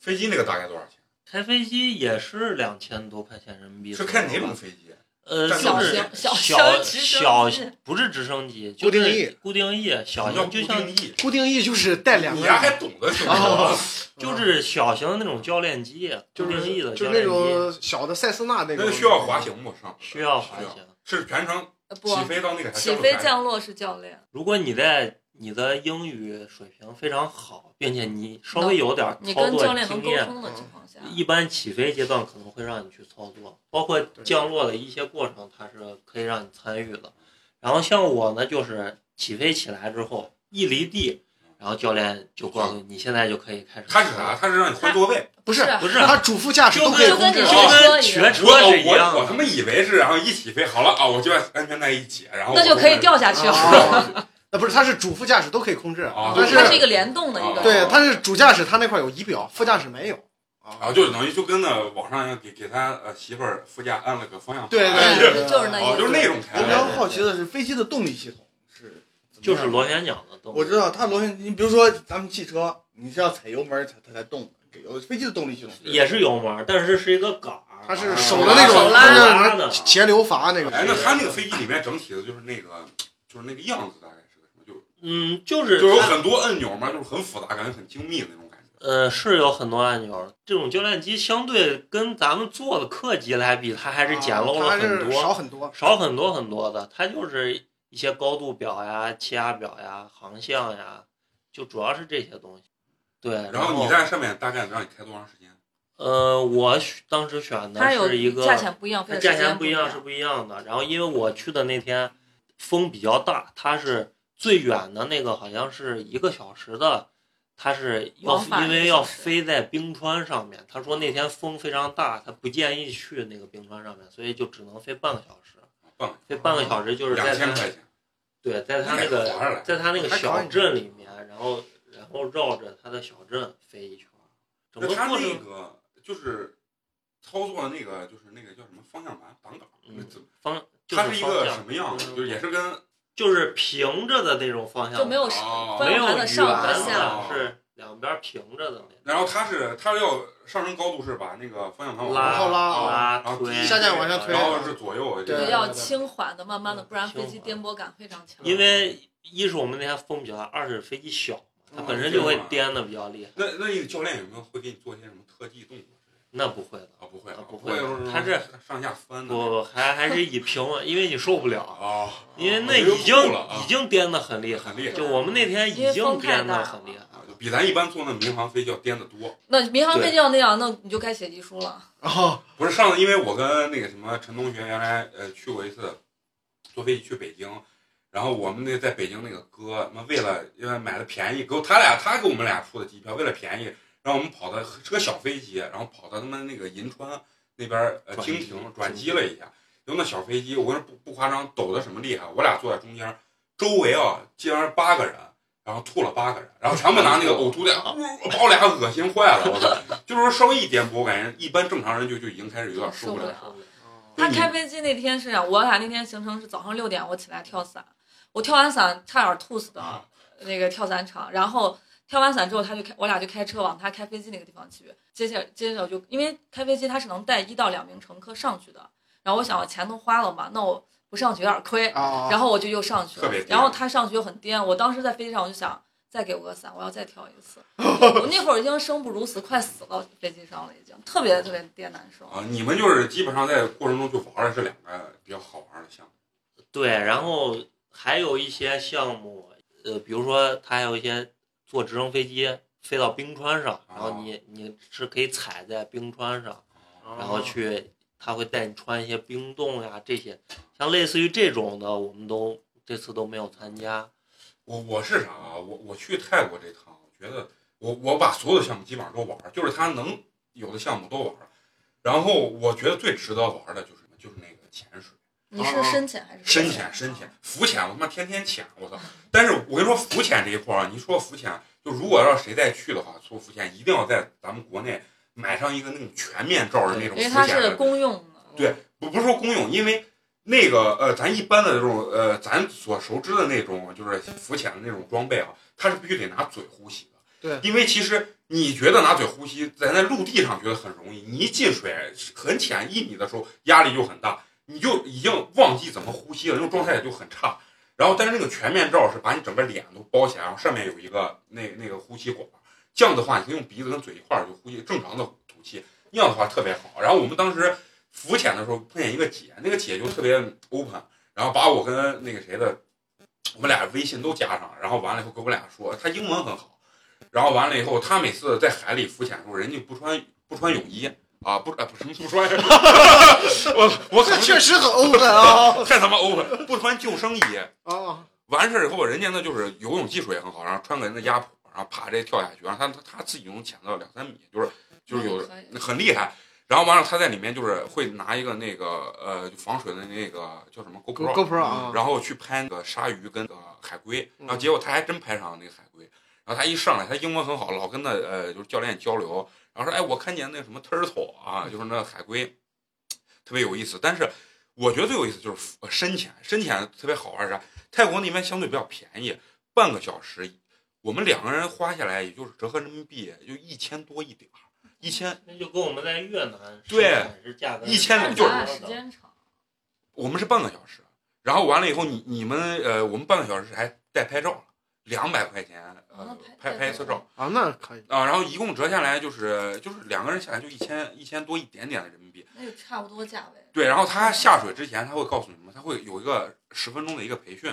[SPEAKER 1] 飞机那个大概多少钱？
[SPEAKER 2] 开飞机也是两千多块钱人民币
[SPEAKER 1] 是
[SPEAKER 2] 左右吧。
[SPEAKER 1] 开哪种飞机？
[SPEAKER 2] 呃，
[SPEAKER 1] 战
[SPEAKER 2] 就
[SPEAKER 1] 斗
[SPEAKER 2] 是
[SPEAKER 1] 机
[SPEAKER 3] 小
[SPEAKER 2] 小
[SPEAKER 3] 型小型直
[SPEAKER 2] 小
[SPEAKER 3] 升机
[SPEAKER 2] 不是直升机，
[SPEAKER 4] 固定
[SPEAKER 2] 就是
[SPEAKER 4] 翼
[SPEAKER 2] 固定翼小
[SPEAKER 1] 什么叫哦
[SPEAKER 2] 型，
[SPEAKER 1] 固
[SPEAKER 2] 就像 <laughs>
[SPEAKER 1] 定翼？
[SPEAKER 4] 固定翼就是带两
[SPEAKER 1] 你
[SPEAKER 4] 个
[SPEAKER 1] 丫
[SPEAKER 4] 人，
[SPEAKER 1] 还懂得挺
[SPEAKER 4] 啊
[SPEAKER 1] 多。
[SPEAKER 2] 就是小型的那种教练机，
[SPEAKER 4] 就
[SPEAKER 2] 固定翼的
[SPEAKER 4] 是就是
[SPEAKER 2] 教
[SPEAKER 4] 那
[SPEAKER 2] 练机，
[SPEAKER 4] 种小的塞斯纳那
[SPEAKER 1] 那
[SPEAKER 4] 种。
[SPEAKER 1] 个需要滑行不？上
[SPEAKER 2] 需要滑行。
[SPEAKER 1] 是全程
[SPEAKER 3] 呃不
[SPEAKER 1] 起飞到那个还是
[SPEAKER 3] 起飞
[SPEAKER 1] 降落台
[SPEAKER 3] 降落是教练，
[SPEAKER 2] 如果你在你的英语水平非常好，并且你稍微有点
[SPEAKER 3] 你
[SPEAKER 2] 操
[SPEAKER 3] 跟教
[SPEAKER 2] 作
[SPEAKER 3] 练能
[SPEAKER 2] 经
[SPEAKER 3] 沟
[SPEAKER 2] 验，嗯
[SPEAKER 3] 通的情况下，
[SPEAKER 2] 一般起飞阶段可能会让你去操作，包括降落的一些过程，它是可以让你参与的。然后像我呢，就是起飞起来之后一离地，然后教练就告诉你，你现在就可以开始。
[SPEAKER 1] 它是啥？？它是让你换座位。
[SPEAKER 4] 不是，
[SPEAKER 2] 不是，啊
[SPEAKER 4] 他主副驾驶
[SPEAKER 2] 就
[SPEAKER 4] 都可以
[SPEAKER 2] 跟
[SPEAKER 4] 控制
[SPEAKER 3] 就
[SPEAKER 4] 啊。
[SPEAKER 3] 跟你
[SPEAKER 2] 就跟学
[SPEAKER 1] 我
[SPEAKER 2] <laughs> 车是一样啊
[SPEAKER 1] 我我他
[SPEAKER 2] 的。
[SPEAKER 1] 妈以为是，然后一起飞好了啊，我就要安全带一解，然后
[SPEAKER 3] 那就可以掉下去了。
[SPEAKER 1] 哦
[SPEAKER 4] 啊， <laughs> 那不是，它是主副驾驶都可以控制，
[SPEAKER 1] 啊
[SPEAKER 2] 哦
[SPEAKER 4] 但
[SPEAKER 3] 它是一
[SPEAKER 4] 是
[SPEAKER 3] 个联动的一个，
[SPEAKER 4] 对，它是主驾驶，它那块有仪表，副驾驶没有
[SPEAKER 1] 然
[SPEAKER 2] 哦
[SPEAKER 4] 啊
[SPEAKER 1] 后。就等于就跟那网上一样给给他呃媳妇儿副驾按了个方向盘，
[SPEAKER 4] 对
[SPEAKER 3] 对
[SPEAKER 4] 对
[SPEAKER 3] 对
[SPEAKER 4] 对，
[SPEAKER 3] 就是那
[SPEAKER 1] 哦，就是那种开
[SPEAKER 5] 我比较
[SPEAKER 1] 的，
[SPEAKER 5] 好奇的是飞机的动力系统是怎么样的，
[SPEAKER 2] 就是螺旋桨的动
[SPEAKER 5] 我
[SPEAKER 2] 力，
[SPEAKER 5] 知道它螺旋，你比如说咱们汽车，你是要踩油门儿它它才动的，给有飞机的动力系统是
[SPEAKER 2] 也是油门，但是是一个杆儿，
[SPEAKER 4] 它是
[SPEAKER 1] 啊
[SPEAKER 4] 手的那种，
[SPEAKER 3] 手拉
[SPEAKER 4] 就是
[SPEAKER 2] 的
[SPEAKER 4] 节流阀那种。啊
[SPEAKER 1] 哎，那他那个飞机里面整体的就是那个就是那个样子大概是个什么，就
[SPEAKER 2] 嗯，就是
[SPEAKER 1] 就是有
[SPEAKER 2] 它
[SPEAKER 1] 很多按钮嘛，就是很复杂，感觉很精密的那种感觉。
[SPEAKER 2] 呃，是有很多按钮。这种教练机相对跟咱们做的客机来比，它还是简陋
[SPEAKER 4] 啊
[SPEAKER 2] 了很
[SPEAKER 4] 它是
[SPEAKER 2] 多，
[SPEAKER 4] 少很多。
[SPEAKER 2] 少很多很多的。它就是一些高度表呀、气压表呀、航向呀，就主要是这些东西。对，然
[SPEAKER 1] 然后你在上面大概让你开多长时间？
[SPEAKER 2] 呃，我选当时选的
[SPEAKER 3] 它有
[SPEAKER 2] 是一个
[SPEAKER 3] 价钱不一样，
[SPEAKER 2] 它
[SPEAKER 3] 费
[SPEAKER 2] 价
[SPEAKER 3] 时间
[SPEAKER 2] 钱不一样是不一样的。然后因为我去的那天风比较大，它是最远的那个好像是一个小时的，它是要
[SPEAKER 3] 往返
[SPEAKER 2] 因
[SPEAKER 3] 一
[SPEAKER 2] 为
[SPEAKER 3] 个
[SPEAKER 2] 要
[SPEAKER 3] 小时
[SPEAKER 2] 飞在冰川上面。他说那天风非常大，他不建议去那个冰川上面，所以就只能飞半个小时。
[SPEAKER 1] 半个
[SPEAKER 2] 飞半个小时就是
[SPEAKER 1] 两
[SPEAKER 2] 在
[SPEAKER 1] 千
[SPEAKER 2] 他
[SPEAKER 1] 块钱，
[SPEAKER 2] 对，在他那
[SPEAKER 1] 那还划着嘞
[SPEAKER 2] 个在他那个
[SPEAKER 4] 还可以
[SPEAKER 2] 小镇里面，然后然后绕着他的小镇飞一圈儿，整
[SPEAKER 1] 那
[SPEAKER 2] 个
[SPEAKER 1] 他
[SPEAKER 2] 过
[SPEAKER 1] 那
[SPEAKER 2] 程
[SPEAKER 1] 个就是操作那个就是那个叫什么方向盘挡杆，
[SPEAKER 2] 嗯
[SPEAKER 1] 怎么
[SPEAKER 2] 方就
[SPEAKER 1] 它是一
[SPEAKER 2] 方
[SPEAKER 1] 个
[SPEAKER 2] 向
[SPEAKER 1] 什么样的？
[SPEAKER 2] 嗯
[SPEAKER 1] 就是也是跟
[SPEAKER 2] 就是平着的那种方向，
[SPEAKER 3] 就没有
[SPEAKER 1] 哦
[SPEAKER 3] 方
[SPEAKER 2] 没
[SPEAKER 3] 向
[SPEAKER 2] 有
[SPEAKER 3] 盘
[SPEAKER 2] 圆
[SPEAKER 3] 的上和
[SPEAKER 1] 圆
[SPEAKER 3] 下，
[SPEAKER 1] 哦
[SPEAKER 2] 的是两边平着的那
[SPEAKER 1] 然后它是它要上升高度是把那个方向盘往
[SPEAKER 2] 种，拉
[SPEAKER 1] 后
[SPEAKER 4] 后拉
[SPEAKER 1] 啊
[SPEAKER 2] 拉推，
[SPEAKER 1] 然后
[SPEAKER 4] 下降往下推
[SPEAKER 1] 然后是左右这
[SPEAKER 4] 对
[SPEAKER 1] 个
[SPEAKER 3] 对，要轻缓的、慢慢的，
[SPEAKER 2] 嗯
[SPEAKER 3] 不然飞
[SPEAKER 2] 轻
[SPEAKER 3] 机
[SPEAKER 2] 缓
[SPEAKER 3] 颠簸感非常强。
[SPEAKER 2] 因为一是我们那天风比较大，二是飞机小嘛，
[SPEAKER 1] 嗯
[SPEAKER 2] 它本身就会颠的比较厉害。
[SPEAKER 1] 啊那那你教练有没有会给你做一些什么特技动作之类的？
[SPEAKER 2] 那不会的，
[SPEAKER 1] 啊，不会
[SPEAKER 2] 啊
[SPEAKER 1] 啊，
[SPEAKER 2] 不
[SPEAKER 1] 会
[SPEAKER 2] 会
[SPEAKER 1] 就是
[SPEAKER 2] 他是
[SPEAKER 1] 上下翻的
[SPEAKER 2] 不还还是以平稳，因为你受不了，
[SPEAKER 1] 啊，
[SPEAKER 2] 因为那
[SPEAKER 1] 我就
[SPEAKER 2] 已经
[SPEAKER 1] 吐了啊
[SPEAKER 2] 已经颠的很厉害，
[SPEAKER 1] 很厉害
[SPEAKER 2] 就我们那天已
[SPEAKER 3] 因为
[SPEAKER 2] 经
[SPEAKER 3] 风太
[SPEAKER 2] 颠
[SPEAKER 3] 大
[SPEAKER 2] 的
[SPEAKER 3] 了
[SPEAKER 2] 很厉害。
[SPEAKER 1] 啊，就比咱一般坐那民航飞机要颠得多。
[SPEAKER 3] 那民航飞机要那样，那你就该写遗书了。
[SPEAKER 4] 然后
[SPEAKER 1] 不是上次，因为我跟那个什么陈同学原来呃去过一次，坐飞机去北京，然后我们那在北京那个哥，那为了因为买的便宜，给我他俩他给我们俩出的机票，为了便宜，让我们跑到是个小飞机，然后跑到他们那个银川那边儿呃
[SPEAKER 2] 转
[SPEAKER 1] 经
[SPEAKER 2] 机
[SPEAKER 1] 停转机了一下，就那小飞机，我跟你说不不夸张，抖的什么厉害，我俩坐在中间，周围啊竟然八个人。然后吐了八个人，然后全部拿那个呕吐袋，呜把我俩恶心坏了。我操！就是说稍微一颠簸，我感觉一般正常人就就已经开始有点受不了。
[SPEAKER 4] 嗯
[SPEAKER 3] 受不了他开飞机那天是这样，我俩那天行程是早上六点我起来跳伞，我跳完伞差点吐死的那个跳伞场，然后跳完伞之后他就开，我俩就开车往他开飞机那个地方去，接下接着就因为开飞机他是能带一到两名乘客上去的，然后我想我钱都花了嘛，那我不上去有点亏，
[SPEAKER 4] 啊，
[SPEAKER 3] 然后我就又上去
[SPEAKER 1] 特
[SPEAKER 3] 了
[SPEAKER 1] 别，颠
[SPEAKER 3] 然后他上去又很颠，我当时在飞机上我就想。再给我个伞，我要再跳一
[SPEAKER 1] <laughs>
[SPEAKER 3] 次。我那会儿已经生不如死，快死了，飞机上了已经，特别特别别难受。
[SPEAKER 1] 啊，你们就是基本上在过程中就玩的是两个比较好玩的项目。
[SPEAKER 2] 对，然后还有一些项目，呃，比如说它还有一些坐直升飞机飞到冰川上，然后你你是可以踩在冰川上，
[SPEAKER 1] 啊
[SPEAKER 2] 然后去，它会带你穿一些冰洞呀这些，像类似于这种的，我们都这次都没有参加。
[SPEAKER 1] 我我是啥啊？我我去泰国这趟，我觉得我我把所有的项目基本上都玩儿，就是他能有的项目都玩儿。然后我觉得最值得玩儿的就是就是那个潜水，
[SPEAKER 3] 你是深潜还是
[SPEAKER 1] 深潜
[SPEAKER 3] 啊
[SPEAKER 1] 深潜，浮潜我他妈天天潜，我操！但是我跟你说浮潜这一块儿啊，你说浮潜，就如果要谁再去的话，做浮潜一定要在咱们国内买上一个那种全面罩的那种浮
[SPEAKER 3] 因为
[SPEAKER 1] 潜
[SPEAKER 3] 它
[SPEAKER 1] 的。
[SPEAKER 3] 是公用的。
[SPEAKER 1] 对不不是说公用，因为那个呃，咱一般的这种呃，咱所熟知的那种就是浮潜的那种装备啊，它是必须得拿嘴呼吸的。
[SPEAKER 4] 对
[SPEAKER 1] 因为其实你觉得拿嘴呼吸，咱在陆地上觉得很容易，你一进水很浅一米的时候，压力就很大，你就已经忘记怎么呼吸了，那种状态也就很差。然后，但是那个全面罩是把你整个脸都包起来，然后上面有一个那那个呼吸管，这样的话你可以用鼻子跟嘴一块儿就呼吸，正常的吐气，那样的话特别好。然后我们当时浮潜的时候碰见一个姐，那个姐就特别 open，然后把我跟那个谁的，我们俩微信都加上，然后完了以后跟我俩说，她英文很好，然后完了以后，她每次在海里浮潜的时候，人家不穿不穿泳衣啊，不啊不什么不穿， <laughs> 我我可
[SPEAKER 4] 这
[SPEAKER 1] 能
[SPEAKER 4] 确实很 open 啊
[SPEAKER 1] 太他妈 open，不穿救生衣，哦
[SPEAKER 4] 啊，
[SPEAKER 1] 完事儿以后，人家那就是游泳技术也很好，然后穿个人的鸭蹼，然后啪这跳下去，然后他他他自己能潜到两三米，就是就是有
[SPEAKER 3] 可以
[SPEAKER 1] 很厉害。然后完了，他在里面就是会拿一个那个呃防水的那个叫什么 GoPro，
[SPEAKER 4] GoPro 啊，
[SPEAKER 1] 然后去拍那个鲨鱼跟那个海龟，
[SPEAKER 4] 嗯
[SPEAKER 1] 然后结果他还真拍上那个海龟。然后他一上来，他英文很好，老跟那呃就是教练交流，然后说哎我看见那什么 turtle 啊，就是那海龟，特别有意思。但是我觉得最有意思就是呃深潜，深潜特别好玩是啥？泰国那边相对比较便宜，半个小时我们两个人花下来也就是折合人民币也就一千多一点儿，一千
[SPEAKER 2] 那就跟我们在越南
[SPEAKER 1] 对
[SPEAKER 2] 生产是价格
[SPEAKER 1] 一千
[SPEAKER 3] 但
[SPEAKER 1] 两
[SPEAKER 2] 差
[SPEAKER 3] 是
[SPEAKER 2] 不
[SPEAKER 1] 就是
[SPEAKER 2] 多的
[SPEAKER 3] 咱俩时间长，
[SPEAKER 1] 我们是半个小时，然后完了以后你你们呃，我们半个小时还带拍照了，两百块钱呃
[SPEAKER 3] 啊
[SPEAKER 1] 拍
[SPEAKER 3] 拍
[SPEAKER 1] 拍一次照
[SPEAKER 4] 啊，那可以，
[SPEAKER 1] 啊，然后一共折下来就是就是两个人下来就一千一千多一点点的人民币，
[SPEAKER 3] 那就差不多价位。
[SPEAKER 1] 对，然后他下水之前他会告诉你们，他会有一个十分钟的一个培训，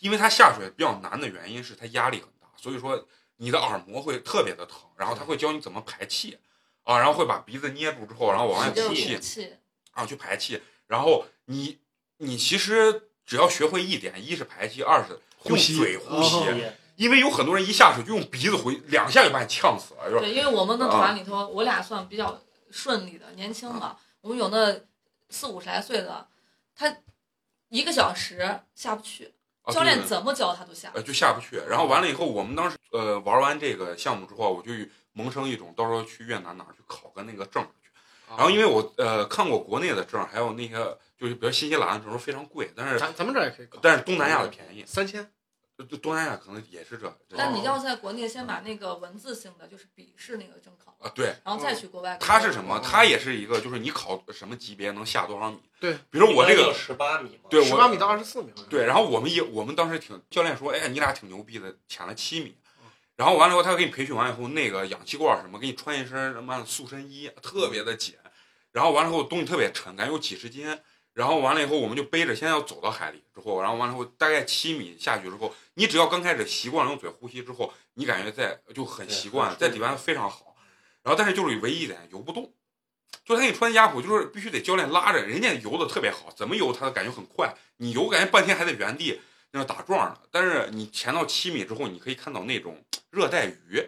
[SPEAKER 1] 因为他下水比较难的原因是他压力很大，所以说你的耳膜会特别的疼，然后他会教你怎么排气啊，然后会把鼻子捏住之后，然后往外
[SPEAKER 3] 使劲
[SPEAKER 1] 吐
[SPEAKER 3] 儿
[SPEAKER 1] 气
[SPEAKER 3] 鼓，气，
[SPEAKER 1] 啊去排气，然后你你其实只要学会一点，一是排气，二是用
[SPEAKER 4] 呼吸
[SPEAKER 1] 嘴呼吸，
[SPEAKER 4] 哦
[SPEAKER 1] 因为有很多人一下水就用鼻子呼吸，两下就把你呛死了，就是啊
[SPEAKER 3] 对，因为我们的团里头，我俩算比较顺利的，年轻嘛，我们有那四五十来岁的，他一个小时下不去，
[SPEAKER 1] 啊
[SPEAKER 3] 教
[SPEAKER 1] 对
[SPEAKER 3] 练
[SPEAKER 1] 对
[SPEAKER 3] 怎么教他都下不
[SPEAKER 1] 呃
[SPEAKER 3] 去。
[SPEAKER 1] 就下不去。然后完了以后，我们当时呃玩完这个项目之后，我就萌生一种到时候去越南哪儿去考个那个证儿去。
[SPEAKER 4] 啊哦
[SPEAKER 1] 然后因为我呃看过国内的证儿，还有那些就是比如新西兰证儿都非常贵，但是
[SPEAKER 4] 咱咱们嗯这儿也可以搞，
[SPEAKER 1] 但是东南亚的便宜，
[SPEAKER 4] 三千
[SPEAKER 1] 东南亚可能也是这。这
[SPEAKER 3] 但你
[SPEAKER 4] 哦
[SPEAKER 3] 要在国内先把那个文字性的，就是笔试那个证考，
[SPEAKER 1] 啊对，
[SPEAKER 3] 然后再去国外。
[SPEAKER 1] 它是什么？
[SPEAKER 4] 哦
[SPEAKER 1] 它也是一个，就是你考什么级别能下多少米。
[SPEAKER 4] 对
[SPEAKER 1] 比如我这个，
[SPEAKER 2] 十八米嘛，
[SPEAKER 1] 对
[SPEAKER 4] 十
[SPEAKER 1] 我
[SPEAKER 4] 八米到二十四米，
[SPEAKER 1] 对，然后我们也我们当时挺教练说，哎，你俩挺牛逼的，潜了七米。
[SPEAKER 2] 嗯
[SPEAKER 1] 然后完了以后，他给你培训完以后，那个氧气罐什么，给你穿一身他妈的塑身衣，啊特别的紧。然后完了以后，东西特别沉，感觉有几十斤。然后完了以后，我们就背着，先要走到海里之后，然后完了以后，大概七米下去之后，你只要刚开始习惯了用嘴呼吸之后，你感觉在就很
[SPEAKER 2] 对
[SPEAKER 1] 习惯，
[SPEAKER 2] 很舒
[SPEAKER 1] 在
[SPEAKER 2] 服
[SPEAKER 1] 里边非常好。然后但是就是唯一一点游不动，就是他给你穿鸭蹼，就是必须得教练拉着，人家游的特别好，怎么游他都感觉很快，你游感觉半天还在原地那打转呢。但是你潜到七米之后，你可以看到那种热带鱼，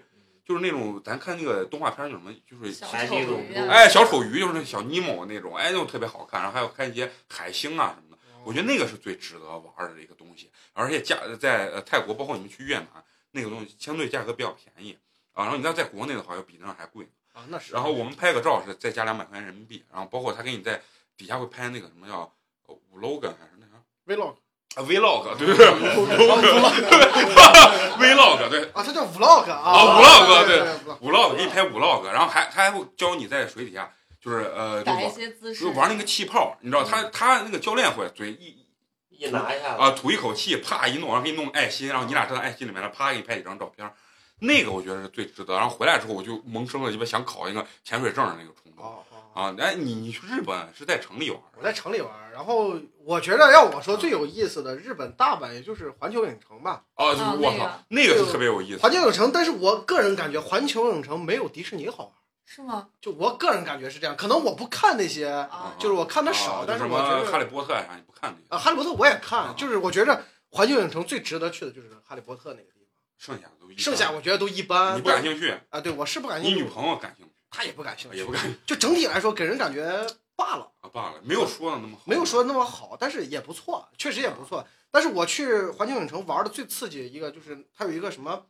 [SPEAKER 1] 就是那种咱看那个动画片儿有什么，就是
[SPEAKER 3] 小
[SPEAKER 2] 还是
[SPEAKER 3] 丑
[SPEAKER 2] 一种
[SPEAKER 3] 鱼啊，
[SPEAKER 1] 哎，小丑鱼就是那小尼莫那种，哎，那种特别好看。然后还有看一些海星啊什么的，
[SPEAKER 4] 哦
[SPEAKER 1] 我觉得那个是最值得玩的一个东西。而且价在呃泰国，包括你们去越南，那个东西相对价格比较便宜啊。然后你要在国内的话，要比那还贵。
[SPEAKER 4] 啊，那是。
[SPEAKER 1] 然后我们拍个照是再加两百块钱人民币，然后包括他给你在底下会拍那个什么叫呃 vlog 还是那啥 <laughs>
[SPEAKER 4] vlog 哦
[SPEAKER 1] 啊
[SPEAKER 4] 啊
[SPEAKER 1] vlog
[SPEAKER 4] <laughs>
[SPEAKER 1] 对对对 vlog 对
[SPEAKER 4] 啊，它叫 vlog 啊
[SPEAKER 1] 啊，vlog，
[SPEAKER 4] 对
[SPEAKER 1] 对
[SPEAKER 4] 对 vlog
[SPEAKER 1] vlog 一拍 vlog，然后还他还会教你在水底下就是呃就
[SPEAKER 3] 摆一
[SPEAKER 1] 玩
[SPEAKER 3] 些姿势
[SPEAKER 1] 就，玩那个气泡，你知道
[SPEAKER 4] 嗯
[SPEAKER 1] 他他那个教练会嘴一
[SPEAKER 2] 一拿一下
[SPEAKER 1] 啊，吐一口气，啪一弄，然后给你弄爱心，然后你俩站在爱心里面了，啪给你拍几张照片儿，那个我觉得是最值得。然后回来之后，我就萌生了鸡巴想考一个潜水证的那个冲动
[SPEAKER 4] 哦哦哦
[SPEAKER 1] 啊！哎，你你去日本是在城里玩儿？
[SPEAKER 4] 我在城里玩儿，然后我觉得要我说最有意思的日本大阪，也就是环球影城吧。
[SPEAKER 1] 啊，
[SPEAKER 3] 啊
[SPEAKER 1] 我
[SPEAKER 3] 那
[SPEAKER 1] 操
[SPEAKER 3] 个，
[SPEAKER 1] 那个是特别有意思。
[SPEAKER 4] 环球影城，但是我个人感觉环球影城没有迪士尼好玩儿，
[SPEAKER 3] 是吗？
[SPEAKER 4] 就我个人感觉是这样。可能我不看那些，
[SPEAKER 1] 啊
[SPEAKER 3] 啊，
[SPEAKER 4] 就是我看的
[SPEAKER 1] 啊
[SPEAKER 4] 少，
[SPEAKER 1] 就
[SPEAKER 4] 但是
[SPEAKER 1] 什
[SPEAKER 4] 我觉
[SPEAKER 1] 么
[SPEAKER 4] 得
[SPEAKER 1] 哈利波特呀啥，你不看那个，
[SPEAKER 4] 啊，哈利波特我也
[SPEAKER 1] 啊
[SPEAKER 4] 看，就是我觉着环球影城最值得去的就是哈利波特那个地方，
[SPEAKER 1] 剩下的都一般
[SPEAKER 4] 剩下我觉得都一般。
[SPEAKER 1] 你不感兴趣，
[SPEAKER 4] 啊？对，我是不感
[SPEAKER 1] 你
[SPEAKER 4] 兴
[SPEAKER 1] 女
[SPEAKER 4] 趣，
[SPEAKER 1] 朋友感兴趣
[SPEAKER 4] 她也不感兴
[SPEAKER 1] 也
[SPEAKER 4] 趣
[SPEAKER 1] 不。感兴趣
[SPEAKER 4] 就整体来说，给人感觉罢了，
[SPEAKER 1] 啊，罢了，没有说的那么好，
[SPEAKER 4] 没有说那么好，但是也不错，确实也不
[SPEAKER 1] 啊
[SPEAKER 4] 错。但是我去环球影城玩的最刺激一个就是它有一个什么，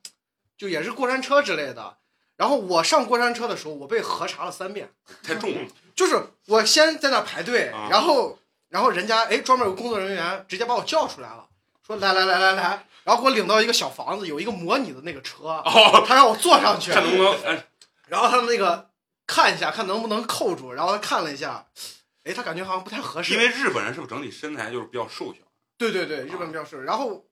[SPEAKER 4] 就也是过山车之类的。然后我上过山车的时候，我被核查了三遍。
[SPEAKER 1] 太重
[SPEAKER 4] <laughs>
[SPEAKER 1] 了
[SPEAKER 4] 就是我先在那排队
[SPEAKER 1] 啊，
[SPEAKER 4] 然后然后人家哎专门有个工作人员直接把我叫出来了，说来来来来来，然后给我领到一个小房子，有一个模拟的那个车，
[SPEAKER 1] <laughs> 哦，
[SPEAKER 4] 他让我坐上去，
[SPEAKER 1] 看能不能哎
[SPEAKER 4] 然后他那个看一下看能不能扣住，然后他看了一下，哎他感觉好像不太合适，
[SPEAKER 1] 因为日本人是不是整体身材就是比较瘦小？
[SPEAKER 4] 对对对，日本比较瘦。然后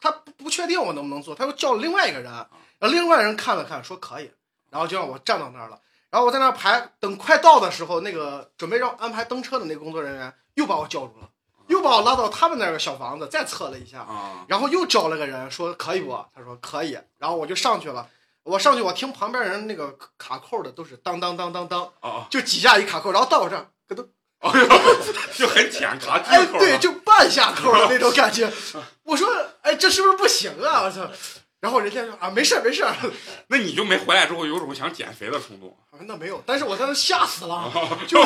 [SPEAKER 4] 他不不确定我能不能做，他又叫了另外一个人，然后另外人看了看说可以，然后就让我站到那儿了。然后我在那儿排，等快到的时候，那个准备让安排登车的那个工作人员又把我叫住了，又把我拉到他们那个小房子再测了一下，
[SPEAKER 1] 啊
[SPEAKER 4] 然后又找了个人说可以不？他说可以，然后我就上去了。我上去，我听旁边人那个卡扣的都是当当当当当，
[SPEAKER 1] 啊啊，
[SPEAKER 4] 就几下一卡扣，然后到我这儿，咯噔
[SPEAKER 1] 哎呦，就很浅卡
[SPEAKER 4] 哎，
[SPEAKER 1] 扣，
[SPEAKER 4] 对，就半下扣的那种
[SPEAKER 1] <laughs>
[SPEAKER 4] 感觉。我说，哎，这是不是不行啊？我操！然后人家说啊，没事儿没事儿。 <laughs>
[SPEAKER 1] 那你就没回来之后有种想减肥的冲动？啊
[SPEAKER 4] 我说那没有，但是我当时吓死了，
[SPEAKER 1] 哦
[SPEAKER 4] 就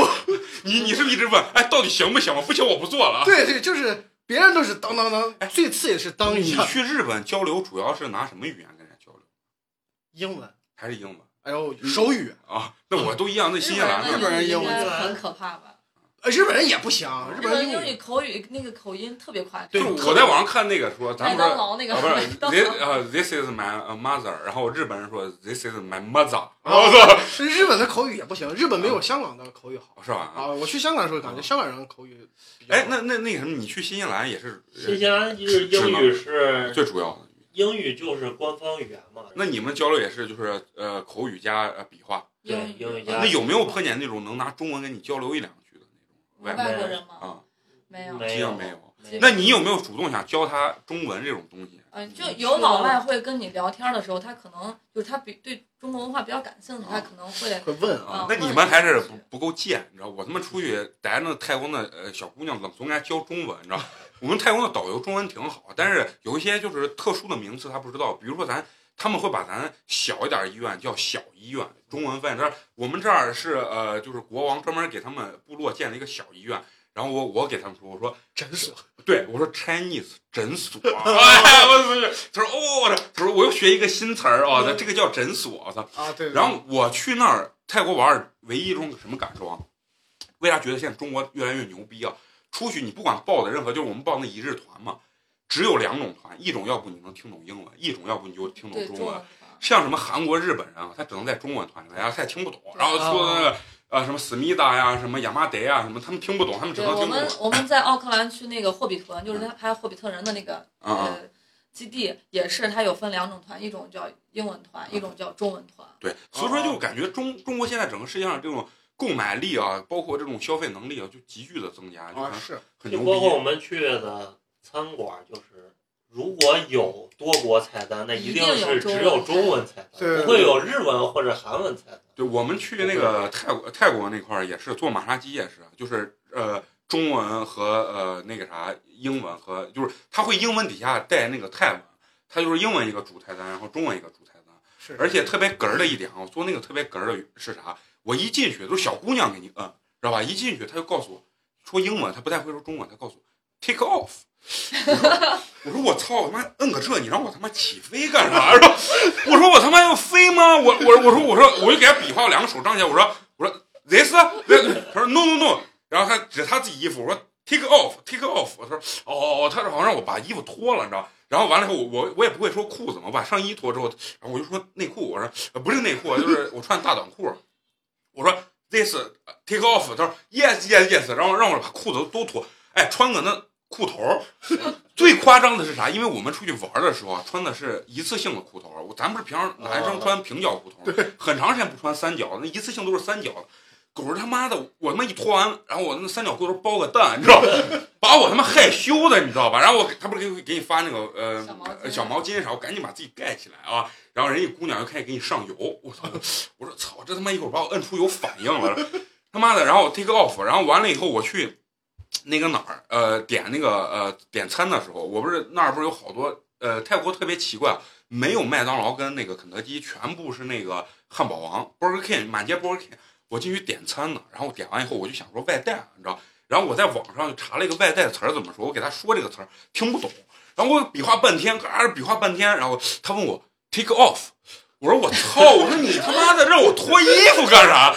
[SPEAKER 1] 你你是不是一直问，哎，到底行不行？不行，我不做了啊。
[SPEAKER 4] 对对，就是别人都是当当当，最次也是当一
[SPEAKER 1] 你
[SPEAKER 4] 下
[SPEAKER 1] 去日本交流主要是拿什么语言跟人交流？
[SPEAKER 4] 英文。
[SPEAKER 1] 还是英文
[SPEAKER 4] 哎呦，手语，
[SPEAKER 1] 啊？那我都一样，那新西兰
[SPEAKER 4] 日
[SPEAKER 1] 的
[SPEAKER 4] 本人英文
[SPEAKER 3] 应该很可怕吧？
[SPEAKER 4] 呃日本人也不行，
[SPEAKER 1] 啊
[SPEAKER 4] 日
[SPEAKER 3] 日
[SPEAKER 4] 本
[SPEAKER 3] 本
[SPEAKER 4] 人
[SPEAKER 3] 人英
[SPEAKER 4] 语
[SPEAKER 3] 语口语那个口音特别夸张，
[SPEAKER 4] <laughs> 对
[SPEAKER 1] 就是我在网上看那个说，咱
[SPEAKER 3] 麦
[SPEAKER 1] 们
[SPEAKER 3] 当
[SPEAKER 1] 说
[SPEAKER 3] 劳那个
[SPEAKER 1] 啊不
[SPEAKER 3] 麦
[SPEAKER 1] 是
[SPEAKER 3] 当
[SPEAKER 1] this
[SPEAKER 3] 劳，
[SPEAKER 1] 呃 this is my mother，然后日本人说 this is my mother，
[SPEAKER 4] 啊
[SPEAKER 1] 我操，
[SPEAKER 4] 是日本的口语也不行，日本没有香港的口语好
[SPEAKER 1] 是吧？
[SPEAKER 4] 啊。我去香港的时候，感觉香港人口语比较好
[SPEAKER 1] 哎，那那那个什么，你去新西兰也是呃
[SPEAKER 2] 新西兰就是英语是
[SPEAKER 1] 最主要的。
[SPEAKER 2] 英语就是官方语言嘛，
[SPEAKER 1] 那你们交流也是就是呃口语加呃笔画，
[SPEAKER 2] 对
[SPEAKER 3] 英
[SPEAKER 2] 英语
[SPEAKER 3] 语
[SPEAKER 2] 加
[SPEAKER 1] 那有没有碰见那种能拿中文跟你交流一两句的那
[SPEAKER 3] 外
[SPEAKER 1] 种外
[SPEAKER 3] 国人吗？
[SPEAKER 1] 啊？
[SPEAKER 3] 没有，
[SPEAKER 1] 基
[SPEAKER 2] 没
[SPEAKER 1] 本
[SPEAKER 2] 有
[SPEAKER 1] 没有。
[SPEAKER 2] 没有
[SPEAKER 1] 那你有没有主动想教他中文这种东西？
[SPEAKER 3] 嗯，就有老外会跟你聊天的时候，他可能就是他比对中国文化比较感兴趣，他可能会
[SPEAKER 4] 会问啊，
[SPEAKER 1] 啊
[SPEAKER 3] 啊，
[SPEAKER 1] 那你们还是不不够贱，你知道？我他妈出去逮着那泰国那呃小姑娘，总总给她教中文，你知道？我们泰国的导游中文挺好，但是有一些就是特殊的名词他不知道，比如说咱他们会把咱小一点儿医院叫小医院，中文翻译这儿我们这儿是呃就是国王专门给他们部落建了一个小医院，然后我我给他们说我说
[SPEAKER 4] 诊所
[SPEAKER 1] 对我说 Chinese 诊所，哎我去，他说哦，我说他说我又学一个新词儿啊，这个叫诊所，我操！
[SPEAKER 4] 啊，对。对
[SPEAKER 1] 然后我去那儿泰国玩儿，唯一一种什么感受啊？为啥觉得现在中国越来越牛逼啊？出去你不管报的任何，就是我们报那一日团嘛，只有两种团，一种要不你能听懂英文，一种要不你就听懂
[SPEAKER 3] 对
[SPEAKER 1] 中
[SPEAKER 3] 中
[SPEAKER 1] 文啊
[SPEAKER 3] 文。
[SPEAKER 1] 像什么韩国、日本人啊，他只能在中文团里，大家他也听不懂。然后说的那
[SPEAKER 3] 哦
[SPEAKER 1] 个呃什么思密达呀、什么亚麻德呀、什么，他们听不懂，他们只
[SPEAKER 3] 对
[SPEAKER 1] 能
[SPEAKER 3] 我
[SPEAKER 1] 听懂
[SPEAKER 3] 们，我们在奥克兰去那个霍比特，就是他拍《霍比特人》的那个
[SPEAKER 1] 啊啊。
[SPEAKER 3] 呃基地，也是它有分两种团，一种叫英文团，一种叫中文团。
[SPEAKER 1] 对，所以说就感觉中中国现在整个世界上这种购买力啊，包括这种消费能力啊，就急剧的增加，就
[SPEAKER 4] 啊
[SPEAKER 1] 很
[SPEAKER 4] 是
[SPEAKER 1] 很
[SPEAKER 2] 就
[SPEAKER 1] 牛
[SPEAKER 2] 包括我
[SPEAKER 1] 逼。
[SPEAKER 2] 们去的餐馆，就是如果有多国菜单，那
[SPEAKER 3] 一
[SPEAKER 2] 定
[SPEAKER 3] 定有
[SPEAKER 2] 是只
[SPEAKER 3] 中文
[SPEAKER 2] 有
[SPEAKER 3] 菜
[SPEAKER 2] 中文菜
[SPEAKER 4] 对
[SPEAKER 2] 单，不会有日文或者韩文菜单。
[SPEAKER 1] 对，我们去那个泰国泰国那块儿也是做马杀鸡，也是就是呃中文和呃那个啥英文和就是他会英文底下带那个泰文，他就是英文一个主菜单，然后中文一个主菜单。
[SPEAKER 4] 是，
[SPEAKER 1] 而且特别哏儿的一点啊，我做那个特别哏儿的是啥？我一进去都是小姑娘给你摁，知道吧？一进去她就告诉我说英文，她不太会说中文，她告诉我 take off。我说 <laughs> 我操，我他妈摁个这，你让我他妈起飞干啥？然后我说我他妈要飞吗？我我我说我说我就给她比划，我两个手张起来，我说我说 this，this，她说 no no no。然后他指他自己衣服，我说 take off，take off。我说哦哦哦，他说好像让我把衣服脱了，你知道？然后完了以后，我我我也不会说裤子嘛，我把上衣脱之后，然后我就说内裤，我说、呃不是内裤，就是我穿大短裤。我说 this take off，他说 yes yes yes，然后让我把裤子都脱，哎，穿个那裤头儿。 <laughs> 最夸张的是啥？因为我们出去玩的时候啊，穿的是一次性的裤头儿，我咱们是平常男生穿平角裤头儿，很长时间不穿三角，那一次性都是三角的。狗儿他妈的，我他妈一脱完，然后我那三角裤头包个蛋，你知道吧， <laughs> 把我他妈害羞的，你知道吧？然后我给他不是给给你发那个呃
[SPEAKER 3] 小毛巾
[SPEAKER 1] 呃小毛巾啥，我赶紧把自己盖起来啊。然后人家姑娘就开始给你上油，我操！我说操，这他妈一会儿把我摁出有反应了，他妈的！然后 take off，然后完了以后我去那个哪儿呃点那个呃点餐的时候，我不是那儿不是有好多呃泰国特别奇怪，没有麦当劳跟那个肯德基，全部是那个汉堡王 Burger King，满街 Burger King。我进去点餐呢，然后我点完以后我就想说外带，啊你知道？然后我在网上就查了一个外带的词儿怎么说，我给他说这个词儿听不懂，然后我比划半天，嘎、比划半天，然后他问我 take off，我说我操，我说你他妈的让我脱衣服干啥？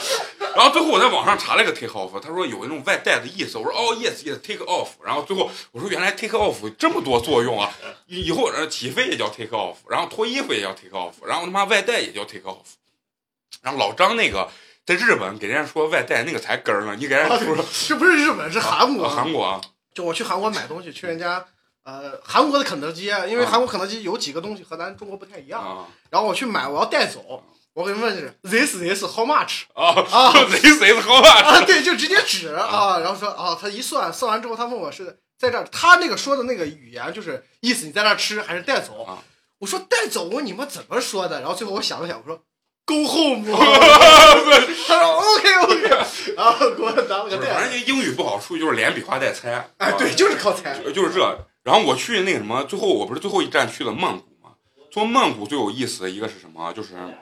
[SPEAKER 1] 然后最后我在网上查了一个 take off，他说有一种外带的意思，我说哦 yes yes take off，然后最后我说原来 take off 有这么多作用啊，以以后呃起飞也叫 take off，然后脱衣服也叫 take off，然后他妈外带也叫 take off，然后老张那个。在日本给人家说外带那个才根儿呢，你给人家说
[SPEAKER 4] 这啊不是日本，是韩国。
[SPEAKER 1] 啊韩国啊，
[SPEAKER 4] 就我去韩国买东西，去人家呃韩国的肯德基，因为
[SPEAKER 1] 嗯啊
[SPEAKER 4] 韩国肯德基有几个东西和咱中国不太一样，
[SPEAKER 1] 啊
[SPEAKER 4] 然后我去买，我要带走，我给人问是 this this
[SPEAKER 1] <laughs>
[SPEAKER 4] how much
[SPEAKER 1] 啊，
[SPEAKER 4] 啊
[SPEAKER 1] 贼贼的好
[SPEAKER 4] <laughs>
[SPEAKER 1] 吧？
[SPEAKER 4] 啊，对，就直接指啊，然后说啊，他一算算完之后，他问我是在这儿，他那个说的那个语言就是意思你在这儿吃还是带走
[SPEAKER 1] 啊？
[SPEAKER 4] 我说带走，我说你们怎么说的？然后最后我想了想，我说 go
[SPEAKER 1] <laughs>
[SPEAKER 4] home，他说 OK OK，然后给我拿了
[SPEAKER 1] 就
[SPEAKER 4] 个
[SPEAKER 1] 是反
[SPEAKER 4] 带，
[SPEAKER 1] 正英语不好，出去就是连比划带猜。啊
[SPEAKER 4] 哎，对，就是靠猜，
[SPEAKER 1] 就就是这。然后我去那个什么，最后我不是最后一站去了曼谷嘛？从曼谷最有意思的一个是什么啊？就是
[SPEAKER 4] 嗯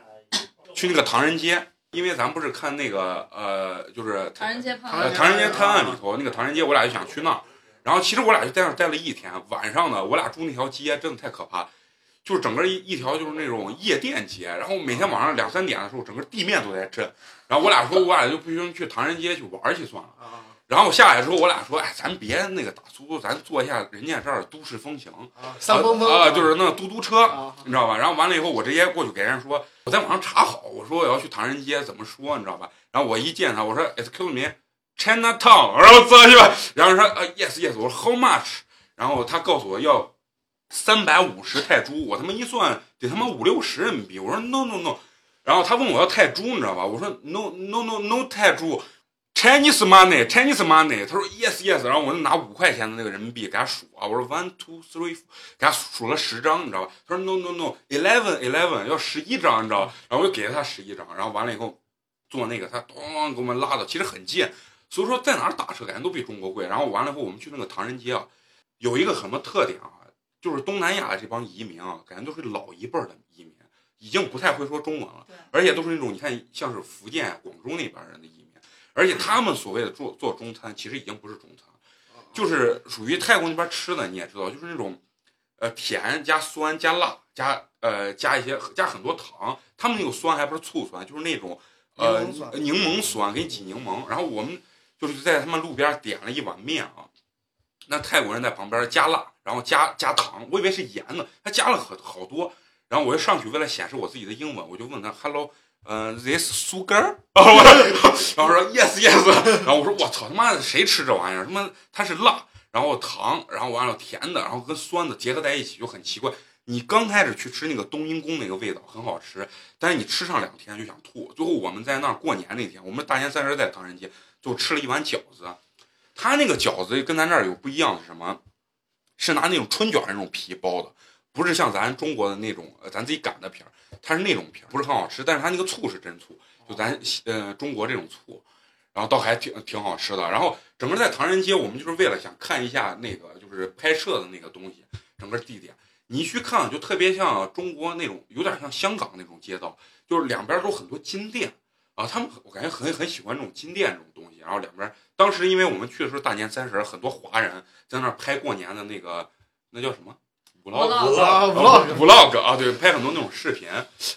[SPEAKER 1] 去那个唐人街，因为咱不是看那个呃，就是
[SPEAKER 3] 唐人街胖
[SPEAKER 1] 呃
[SPEAKER 3] 子
[SPEAKER 1] 《唐人街探案》里头那个唐人街，我俩就想去那儿。然后其实我俩就在那儿待了一天，晚上呢，我俩住那条街真的太可怕，就是整个一一条就是那种夜店街。然后每天晚上两三点的时候，整个地面都在震。然后我俩说，我俩就不行去唐人街去玩儿去算了。
[SPEAKER 4] 啊
[SPEAKER 1] 然后下来之后，我俩说，哎，咱别那个打苏，咱做一下人家这儿都市风情，
[SPEAKER 4] 啊，三峰峰
[SPEAKER 1] 啊，就是那嘟嘟车，
[SPEAKER 4] 啊，
[SPEAKER 1] 你知道吧？然后完了以后，我直接过去给人家说，我在网上查好，我说我要去唐人街，怎么说，你知道吧？然后我一见他，我说 Excuse me, China Town，然后走去吧。然后说呃 Yes Yes，我说 How much？然后他告诉我要三百五十泰铢，我他妈一算得他妈五六十人民币。我说 No No No，然后他问我要泰铢，你知道吧？我说 No No No No 泰铢。Chinese money, Chinese money。他说 yes yes，然后我就拿五块钱的那个人民币给他数啊，我说 one two three，four，给他数了十张，你知道吧？他说 no no no，eleven eleven 要十一张，你知道吧？然后我就给了他十一张，然后完了以后坐那个他咚给我们拉到，其实很近，所以说在哪儿打车感觉都比中国贵。然后完了以后我们去那个唐人街啊，有一个什么特点啊，就是东南亚这帮移民啊，感觉都是老一辈儿的移民，已经不太会说中文了
[SPEAKER 3] 对，
[SPEAKER 1] 而且都是那种你看像是福建、广州那边人的移民，而且他们所谓的做做中餐，其实已经不是中餐了。
[SPEAKER 4] 哦
[SPEAKER 1] 就是属于泰国那边吃的，你也知道，就是那种，呃，甜加酸加辣加呃加一些加很多糖，他们那个酸还不是醋酸，就是那种呃
[SPEAKER 4] 柠檬酸
[SPEAKER 1] 柠檬酸，给你挤柠檬。然后我们就是在他们路边点了一碗面啊，那泰国人在旁边加辣，然后加加糖，我以为是盐呢，他加了好好多。然后我就上去为了显示我自己的英文，我就问他 “Hello，呃，this sugar？” <laughs> 然后我然后说 “Yes, yes”，然后 <laughs> 我说“我操他妈的，谁吃这玩意儿？他妈它是辣，然后糖，然后完了甜的，然后跟酸的结合在一起就很奇怪。你刚开始去吃那个冬阴功那个味道很好吃，但是你吃上两天就想吐。最后我们在那儿过年那天，我们大年三十在唐人街就吃了一碗饺子，他那个饺子跟咱这儿有不一样是什么？是拿那种春卷儿那种皮包的，不是像咱中国的那种呃咱自己擀的皮儿，它是那种皮儿，不是很好吃，但是它那个醋是真醋，就咱呃中国这种醋，然后倒还挺挺好吃的。然后整个在唐人街，我们就是为了想看一下那个就是拍摄的那个东西，整个地点。你一去看就特别像中国那种，有点像香港那种街道，就是两边都很多金店啊。他们我感觉很很喜欢这种金店这种东西。然后两边当时因为我们去的时候大年三十，很多华人在那儿拍过年的那个那叫什么 vlog
[SPEAKER 3] 我老
[SPEAKER 4] 啊
[SPEAKER 1] 啊
[SPEAKER 4] vlog
[SPEAKER 1] vlog 啊，对，拍很多那种视频。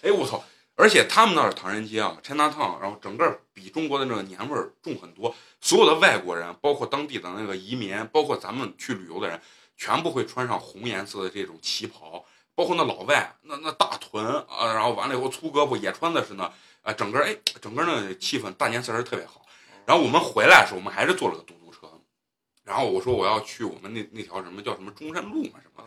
[SPEAKER 1] 哎，我操！而且他们那儿唐人街啊，China Town，然后整个比中国的那个年味儿重很多。所有的外国人，包括当地的那个移民，包括咱们去旅游的人，全部会穿上红颜色的这种旗袍，包括那老外，那那大臀啊，然后完了以后粗胳膊也穿的是那，啊，整个哎，整个那气氛大年三十特别好。然后我们回来的时候，我们还是坐了个嘟嘟车，然后我说我要去我们那那条什么叫什么中山路嘛什么，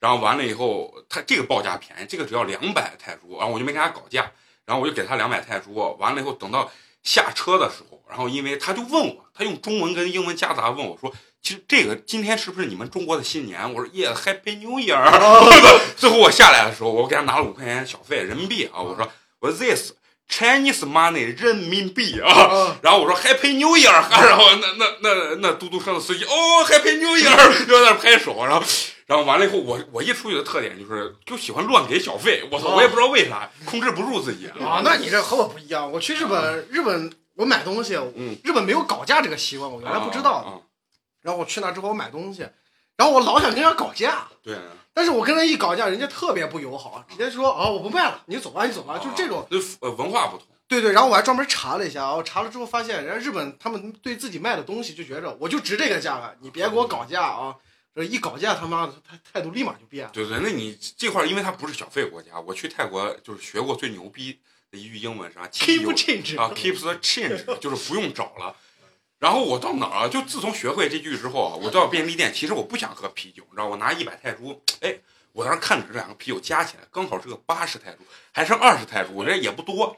[SPEAKER 1] 然后完了以后，他这个报价便宜，这个只要两百泰铢，然后我就没跟他搞价，然后我就给他两百泰铢，完了以后等到下车的时候，然后因为他就问我，他用中文跟英文夹杂问我说。其实这个今天是不是你们中国的新年？我说耶，Happy New Year！最 <laughs> 后我下来的时候，我给他拿了五块钱小费人民币啊，我说我说 this Chinese money 人民币啊，
[SPEAKER 4] 啊，
[SPEAKER 1] 然后我说 Happy New Year，然 <laughs> 后那那那那嘟嘟车的司机哦 Happy New
[SPEAKER 4] <laughs>
[SPEAKER 1] Year，就在那儿拍手，然后然后完了以后，我我一出去的特点就是就喜欢乱给小费，我操，
[SPEAKER 4] 哦
[SPEAKER 1] 我也不知道为啥，控制不住自己
[SPEAKER 4] 啊，那你这和我不一样。我去日本，日本我买东西，
[SPEAKER 1] 啊嗯
[SPEAKER 4] 日本没有搞价这个习惯，我原来不知道。
[SPEAKER 1] 啊，
[SPEAKER 4] 然后我去那之后，我买东西，然后我老想跟人家搞价，
[SPEAKER 1] 啊对啊，
[SPEAKER 4] 但是我跟人一搞价，人家特别不友好，直接说啊我不卖了，你走吧，你走吧，
[SPEAKER 1] 啊
[SPEAKER 4] 就这种。
[SPEAKER 1] 就呃文化不同，
[SPEAKER 4] 对对，然后我还专门查了一下啊，我查了之后发现，人家日本他们对自己卖的东西就觉着我就值这个价了，你别给我搞价啊！这一搞价，他妈的他态度立马就
[SPEAKER 1] <laughs>
[SPEAKER 4] 变了。
[SPEAKER 1] 对对，那你这块儿因为它不是小费国家，我去泰国就是学过最牛逼的一句英文是啥
[SPEAKER 4] Keep
[SPEAKER 1] you-
[SPEAKER 4] change
[SPEAKER 1] 啊，keeps the change，就是不用找了。然后我到哪儿啊？就自从学会这句之后啊，我到便利店，其实我不想喝啤酒，你知道，我拿一百泰铢，哎，我当时看着这两个啤酒加起来刚好是个八十泰铢，还剩二十泰铢，我这也不多。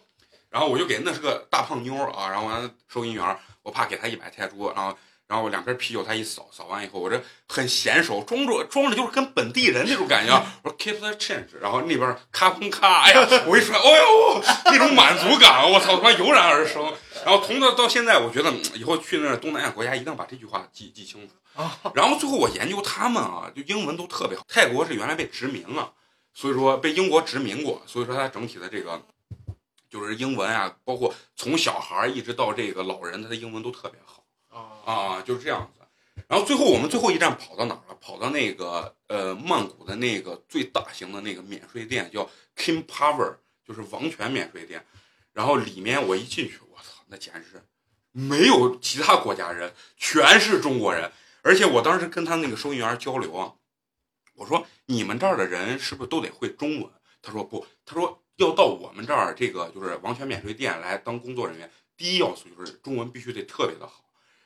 [SPEAKER 1] 然后我就给那是个大胖妞儿啊，然后完了收银员儿，我怕给她一百泰铢，然后然后我两瓶啤酒她一扫，扫完以后我这很娴熟，装着装着就是跟本地人那种感觉啊，我说 keep the change，然后那边儿咔砰咔，哎呀，我一出来，哦呦， <laughs> 那种满足感，我操，他妈油然而生。然后从那到现在，我觉得嗯以后去那儿东南亚国家一定要把这句话记记清楚。然后最后我研究他们啊，就英文都特别好。泰国是原来被殖民啊，所以说被英国殖民过，所以说它整体的这个就是英文啊，包括从小孩儿一直到这个老人，他的英文都特别好。
[SPEAKER 4] 啊
[SPEAKER 1] 啊，就是这样子。然后最后我们最后一站跑到哪儿了？跑到那个呃曼谷的那个最大型的那个免税店，叫 King Power，就是王权免税店。然后里面我一进去，我操，那简直是没有其他国家人，全是中国人。而且我当时跟他那个收银员交流啊，我说你们这儿的人是不是都得会中文？他说不，他说要到我们这儿这个就是王权免税店来当工作人员，第一要素就是中文必须得特别的好。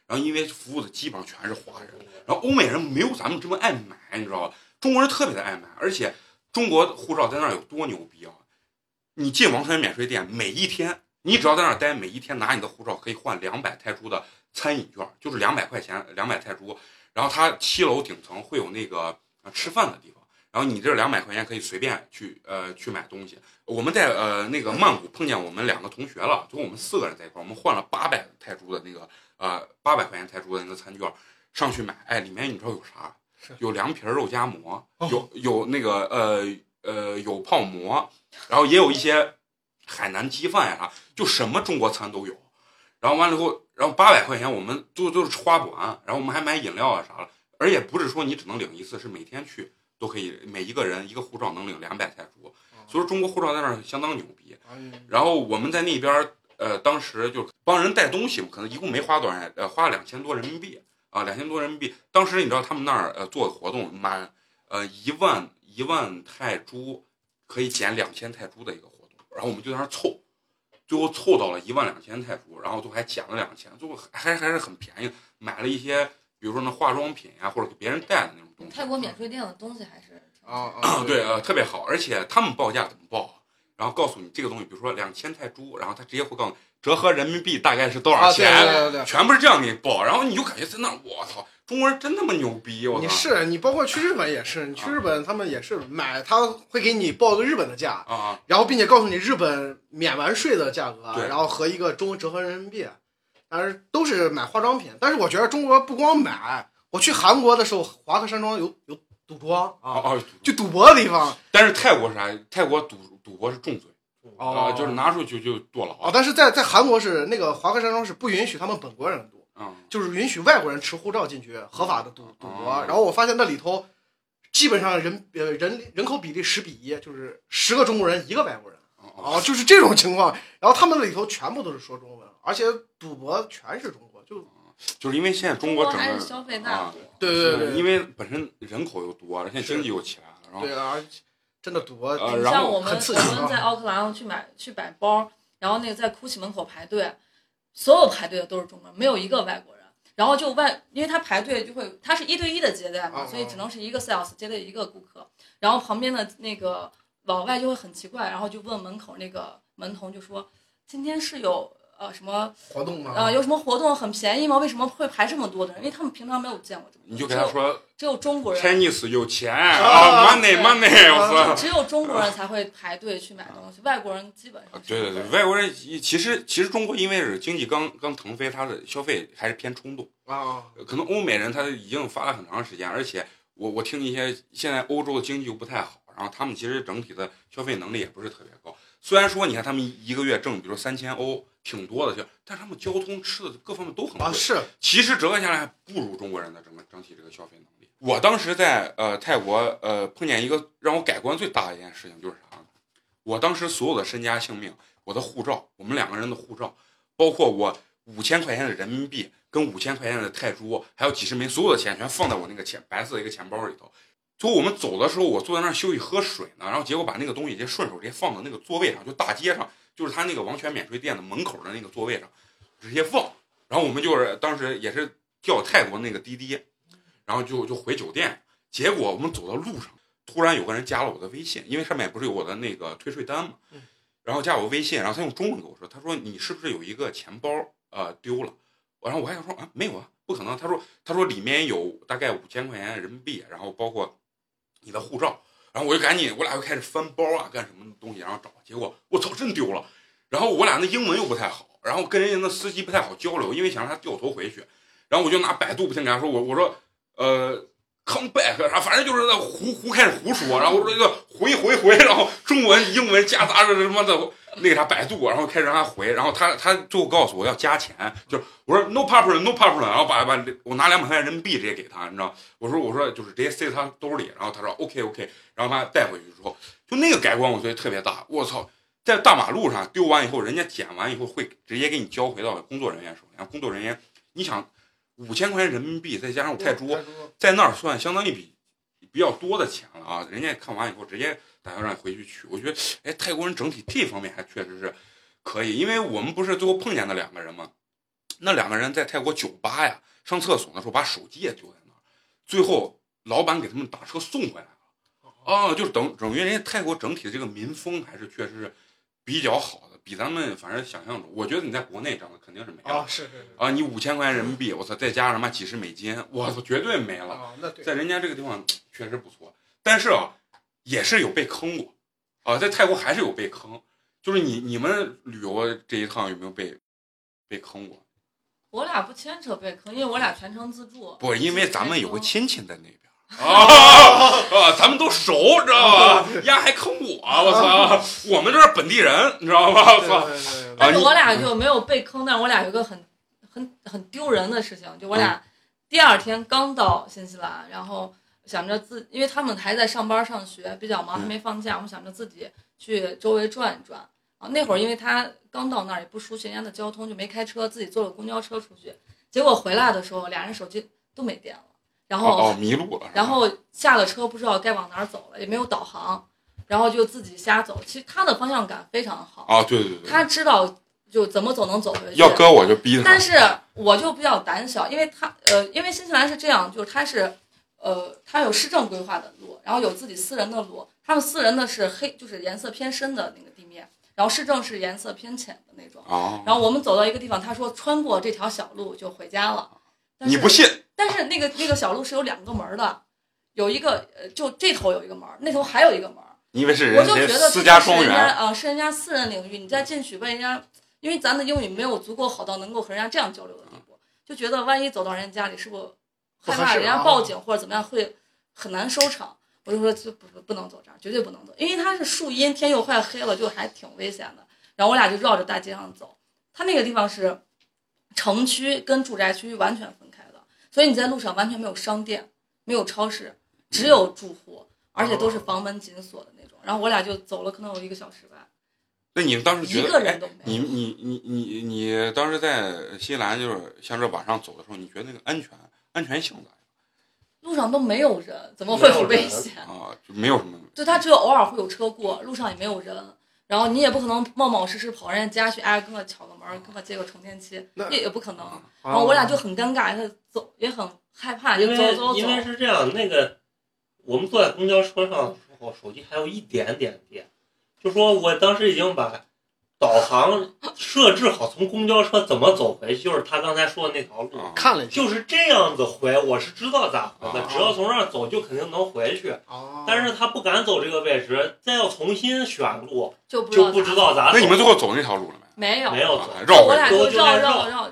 [SPEAKER 1] 然后因为服务的基本上全是华人，然后欧美人没有咱们这么爱买，你知道吧？中国人特别的爱买，而且中国护照在那儿有多牛逼啊！你进王川免税店，每一天你只要在那儿待，每一天拿你的护照可以换两百泰铢的餐饮券，就是两百块钱，两百泰铢。然后它七楼顶层会有那个呃吃饭的地方，然后你这两百块钱可以随便去呃去买东西。我们在呃那个曼谷碰见我们两个同学了，就我们四个人在一块儿，我们换了八百泰铢的那个呃八百块钱泰铢的那个餐券上去买，哎，里面你知道有啥？有凉皮儿、肉夹馍，有有那个呃呃有泡馍，然后也有一些海南鸡饭呀啥，就什么中国餐都有。然后完了以后，然后八百块钱我们都都是花不完，然后我们还买饮料啊啥了，而且不是说你只能领一次，是每天去都可以，每一个人一个护照能领两百泰铢，所以说中国护照在那儿相当牛逼。
[SPEAKER 4] 嗯
[SPEAKER 1] 然后我们在那边儿，呃，当时就帮人带东西嘛，可能一共没花多少钱，呃，花了两千多人民币啊，两千多人民币。当时你知道他们那儿呃做的活动，满呃一万一万泰铢可以减两千泰铢的一个活动，然后我们就在那儿凑，最后凑到了一万两千泰铢，然后都还减了两千，最后还还还是很便宜，买了一些比如说那化妆品呀、啊或者给别人带的那种东西。
[SPEAKER 3] 嗯泰国免税店的东西还是挺
[SPEAKER 4] 啊
[SPEAKER 1] 啊，对，呃，特别好，而且他们报价怎么报啊？然后告诉你这个东西，比如说两千泰铢，然后他直接会告诉你折合人民币大概是多少
[SPEAKER 4] 啊对
[SPEAKER 1] 钱，
[SPEAKER 4] 对对对。
[SPEAKER 1] 全部是这样给你报，然后你就感觉在那儿，我操，中国人真他妈牛逼，我
[SPEAKER 4] 你
[SPEAKER 1] 操
[SPEAKER 4] 是你，包括去日本也是，你去日本他们也是买，他会给你报个日本的价，
[SPEAKER 1] 啊！
[SPEAKER 4] 然后并且告诉你日本免完税的价格，啊
[SPEAKER 1] 对
[SPEAKER 4] 然后和一个中国折合人民币，但是都是买化妆品。但是我觉得中国不光买，我去韩国的时候，华克山庄有有赌庄
[SPEAKER 1] 哦
[SPEAKER 4] 啊，
[SPEAKER 1] 哦，
[SPEAKER 4] 就赌博的地方
[SPEAKER 1] 但是泰国是啥？泰国赌赌博是重罪，
[SPEAKER 4] 哦
[SPEAKER 2] 嗯
[SPEAKER 1] 啊，就是拿出去就坐牢
[SPEAKER 4] 啊。。但是在在韩国是那个华克山庄是不允许他们本国人赌，
[SPEAKER 1] 嗯，
[SPEAKER 4] 就是允许外国人持护照进去合法的赌赌博
[SPEAKER 1] 哦。
[SPEAKER 4] 然后我发现那里头基本上人呃人人口比例十比一，就是十个中国人一个外国人。
[SPEAKER 1] 哦
[SPEAKER 4] 啊，就是这种情况。然后他们里头全部都是说中文，而且赌博全是中国，就
[SPEAKER 1] 就是因为现在中
[SPEAKER 3] 中
[SPEAKER 1] 国
[SPEAKER 3] 国
[SPEAKER 1] 整
[SPEAKER 3] 还是
[SPEAKER 1] 个
[SPEAKER 3] 消费大
[SPEAKER 1] 啊
[SPEAKER 3] 国，
[SPEAKER 4] 对
[SPEAKER 1] 是
[SPEAKER 4] 对对，
[SPEAKER 1] 因为本身人口又多，而且经济又起来了，然后
[SPEAKER 4] 对啊，真的赌博
[SPEAKER 1] 呃
[SPEAKER 3] 哎你
[SPEAKER 1] 然后
[SPEAKER 3] 像我们
[SPEAKER 4] 很刺激啊
[SPEAKER 3] 我们在奥克兰去买去摆包，然后那个在 GUCCI 门口排队，所有排队的都是中国人，没有一个外国人。然后就外，因为他排队就会，他是一对一的接待嘛，
[SPEAKER 4] 哦
[SPEAKER 3] 所以只能是一个 sales 接待一个顾客。然后旁边的那个老外就会很奇怪，然后就问门口那个门童就说：“今天是有呃什么
[SPEAKER 4] 活动
[SPEAKER 1] 哦
[SPEAKER 4] 嘛。
[SPEAKER 3] 呃有什么活动很便宜吗？为什么会排这么多的人？因为他们平常没有见过这么多人，
[SPEAKER 1] 你就给他说
[SPEAKER 3] 只有，只有中国人
[SPEAKER 1] Chinese 有钱啊，money
[SPEAKER 3] 对
[SPEAKER 1] money，我操！
[SPEAKER 3] <laughs> 只有中国人才会排队去买东西，外国人基本上是
[SPEAKER 1] 啊对对对，外国人其实其实中国因为是经济刚刚腾飞，他的消费还是偏冲动。
[SPEAKER 4] 啊，
[SPEAKER 1] 可能欧美人他已经发了很长时间，而且我我听一些现在欧洲的经济又不太好，然后他们其实整体的消费能力也不是特别高。虽然说你看他们一个月挣，比如三千欧，挺多的，就但是他们交通、吃的各方面都很贵。
[SPEAKER 4] 啊是
[SPEAKER 1] 其实折合下来不如中国人的整个整体这个消费能力。我当时在呃泰国呃碰见一个让我改观最大的一件事情就是啥呢？我当时所有的身家性命，我的护照，我们两个人的护照，包括我五千块钱的人民币跟五千块钱的泰铢，还有几十枚所有的钱全放在我那个钱白色的一个钱包里头。最后我们走的时候，我坐在那儿休息喝水呢，然后结果把那个东西直接顺手直接放到那个座位上，就大街上，就是他那个王权免税店的门口的那个座位上，直接放。然后我们就是当时也是叫泰国那个滴滴，然后就就回酒店。结果我们走到路上，突然有个人加了我的微信，因为上面不是有我的那个退税单嘛，然后加我微信，然后他用中文跟我说，他说你是不是有一个钱包呃丢了？然后我还想说啊没有啊，不可能。他说他说里面有大概五千块钱人民币，然后包括你的护照。然后我就赶紧，我俩又开始翻包啊，干什么东西，然后找，结果我操，真丢了。然后我俩那英文又不太好，然后跟人家那司机不太好交流，因为想让他掉头回去，然后我就拿百度不停给他说，我我说呃 come back 啥，反正就是在胡胡开始胡说，然后我说这个回回回，然后中文英文夹杂着他妈的那个啥百度，然后开始让他回，然后他他最后告诉我要加钱，就是我说 no problem no problem，然后把把我拿两百块钱人民币直接给他，你知道，我说我说就是直接塞他兜里，然后他说 OK OK，然后把他带回去之后，就那个改观我觉得特别大，我操。在大马路上丢完以后，人家捡完以后会直接给你交回到工作人员手里。然后工作人员，你想五千块钱人民币，再加上我泰铢，在那儿算相当一笔比较多的钱了啊。人家看完以后直接打算让你回去取。我觉得，哎，泰国人整体这方面还确实是可以，因为我们不是最后碰见那两个人吗？那两个人在泰国酒吧呀上厕所的时候把手机也丢在那儿，最后老板给他们打车送回来了。啊，就是等等于人家泰国整体的这个民风还是确实是比较好的，比咱们反正想象中，我觉得你在国内挣的肯定是没了
[SPEAKER 4] 啊是是是
[SPEAKER 1] 啊你五千块钱人民币，我操，再加上他妈几十美金，我操，绝对没了。
[SPEAKER 4] 啊那对
[SPEAKER 1] 在人家这个地方确实不错，但是啊，也是有被坑过啊，在泰国还是有被坑。就是你你们旅游这一趟有没有被被坑过？
[SPEAKER 3] 我俩不牵扯被坑，因为我俩全程自助。
[SPEAKER 1] 不，因为咱们有个
[SPEAKER 3] 个
[SPEAKER 1] 亲戚在
[SPEAKER 3] <laughs>
[SPEAKER 1] 那边儿啊啊，咱们都熟，知
[SPEAKER 3] <laughs>
[SPEAKER 1] 道吧？丫还坑我，我操！我们这是本地人，你知道吧？我
[SPEAKER 4] 对
[SPEAKER 1] 操！
[SPEAKER 4] 对对对
[SPEAKER 1] 啊
[SPEAKER 3] 但是
[SPEAKER 1] 你
[SPEAKER 3] 我俩就没有被坑，但是我俩有个很很很丢人的事情，就我俩
[SPEAKER 1] 嗯
[SPEAKER 3] 第二天刚到新西兰，然后想着自，因为他们还在上班上学，比较忙，
[SPEAKER 1] 嗯
[SPEAKER 3] 还没放假，我们想着自己去周围转一转。啊，那会儿因为他刚到那儿也不熟悉人家的交通，就没开车，自己坐了公交车出去。结果回来的时候，俩人手机都没电了，然后
[SPEAKER 1] 哦，迷路了。是吧
[SPEAKER 3] 然后下了车不知道该往哪儿走了，也没有导航，然后就自己瞎走。其实他的方向感非常好，
[SPEAKER 1] 啊，对对对，
[SPEAKER 3] 他知道就怎么走能走回去。
[SPEAKER 1] 要搁我就逼他
[SPEAKER 3] 但。是我就比较胆小，因为他呃，因为新西兰是这样，就是他是呃，他有市政规划的路，然后有自己私人的路，他们私人的是黑，就是颜色偏深的那个地面，然后市政是颜色偏浅的那种。
[SPEAKER 1] 啊，
[SPEAKER 3] 然后我们走到一个地方，他说穿过这条小路就回家了。但
[SPEAKER 1] 你
[SPEAKER 3] 是
[SPEAKER 1] 不信？
[SPEAKER 3] 但是那个那个小路是有两个门儿的，有一个呃，就这头有一个门儿，那头还有一个门儿。
[SPEAKER 1] 你以为是
[SPEAKER 3] 我
[SPEAKER 1] 人
[SPEAKER 3] 就觉
[SPEAKER 1] 谁
[SPEAKER 3] 得
[SPEAKER 1] 私家双
[SPEAKER 3] 这是人家
[SPEAKER 1] 元？
[SPEAKER 3] 啊、是人家私人领域，你再进去问人家，因为咱的英语没有足够好到能够和人家这样交流的地步，就觉得万一走到人家家里，是不是
[SPEAKER 4] 不
[SPEAKER 3] 害
[SPEAKER 4] 合适
[SPEAKER 3] 怕人家
[SPEAKER 4] 啊
[SPEAKER 3] 报警或者怎么样，会很难收场。我就说这不不不能走这儿，绝对不能走，因为它是树荫，天又快黑了，就还挺危险的。然后我俩就绕着大街上走，它那个地方是城区跟住宅区完全分开的，所以你在路上完全没有商店，没有超市，只有住户，而且都是房门紧锁的那种。然后我俩就走了，可能有一个小时吧，
[SPEAKER 1] 那你当时觉
[SPEAKER 3] 一
[SPEAKER 1] 得
[SPEAKER 3] 个人
[SPEAKER 1] 哎
[SPEAKER 3] 都没
[SPEAKER 1] 你
[SPEAKER 3] 有。
[SPEAKER 1] 你你你你当时在新西兰就是向这往上走的时候，你觉得那个安全安全性咋
[SPEAKER 3] 路上都没有人，怎么会有危险？
[SPEAKER 1] 样啊？就没有什么
[SPEAKER 3] 就他只有偶尔会有车过，路上也没有人，然后你也不可能冒冒失失跑人家家去，哎，跟我抢个门，跟我借个充电器，
[SPEAKER 4] 那
[SPEAKER 3] 也也不可能。
[SPEAKER 1] 啊
[SPEAKER 3] 然后我俩就很尴尬，他走也很害怕，就
[SPEAKER 2] 因
[SPEAKER 3] 走
[SPEAKER 2] 为
[SPEAKER 3] 走走
[SPEAKER 2] 因。为是这样，那个我们坐在公交车上的时候，手机还有一点点电，就说我当时已经把导航设置好，从公交车怎么走回去，就是他刚才说的那条路，
[SPEAKER 1] 啊？
[SPEAKER 4] 看了一下，
[SPEAKER 2] 就是这样子回，我是知道咋回的，
[SPEAKER 1] 啊
[SPEAKER 2] 只要从这儿走就肯定能回去。
[SPEAKER 4] 哦
[SPEAKER 2] 但是他不敢走这个位置，再要重新选路，
[SPEAKER 3] 就不
[SPEAKER 2] 就不知道咋走。
[SPEAKER 1] 那你们最后走那条路了没？
[SPEAKER 3] 没有
[SPEAKER 2] 没有走
[SPEAKER 1] 啊，绕
[SPEAKER 3] 我
[SPEAKER 1] 回
[SPEAKER 3] 俩
[SPEAKER 1] 去
[SPEAKER 3] 就
[SPEAKER 2] 都就在
[SPEAKER 3] 绕
[SPEAKER 2] 绕
[SPEAKER 3] 绕绕，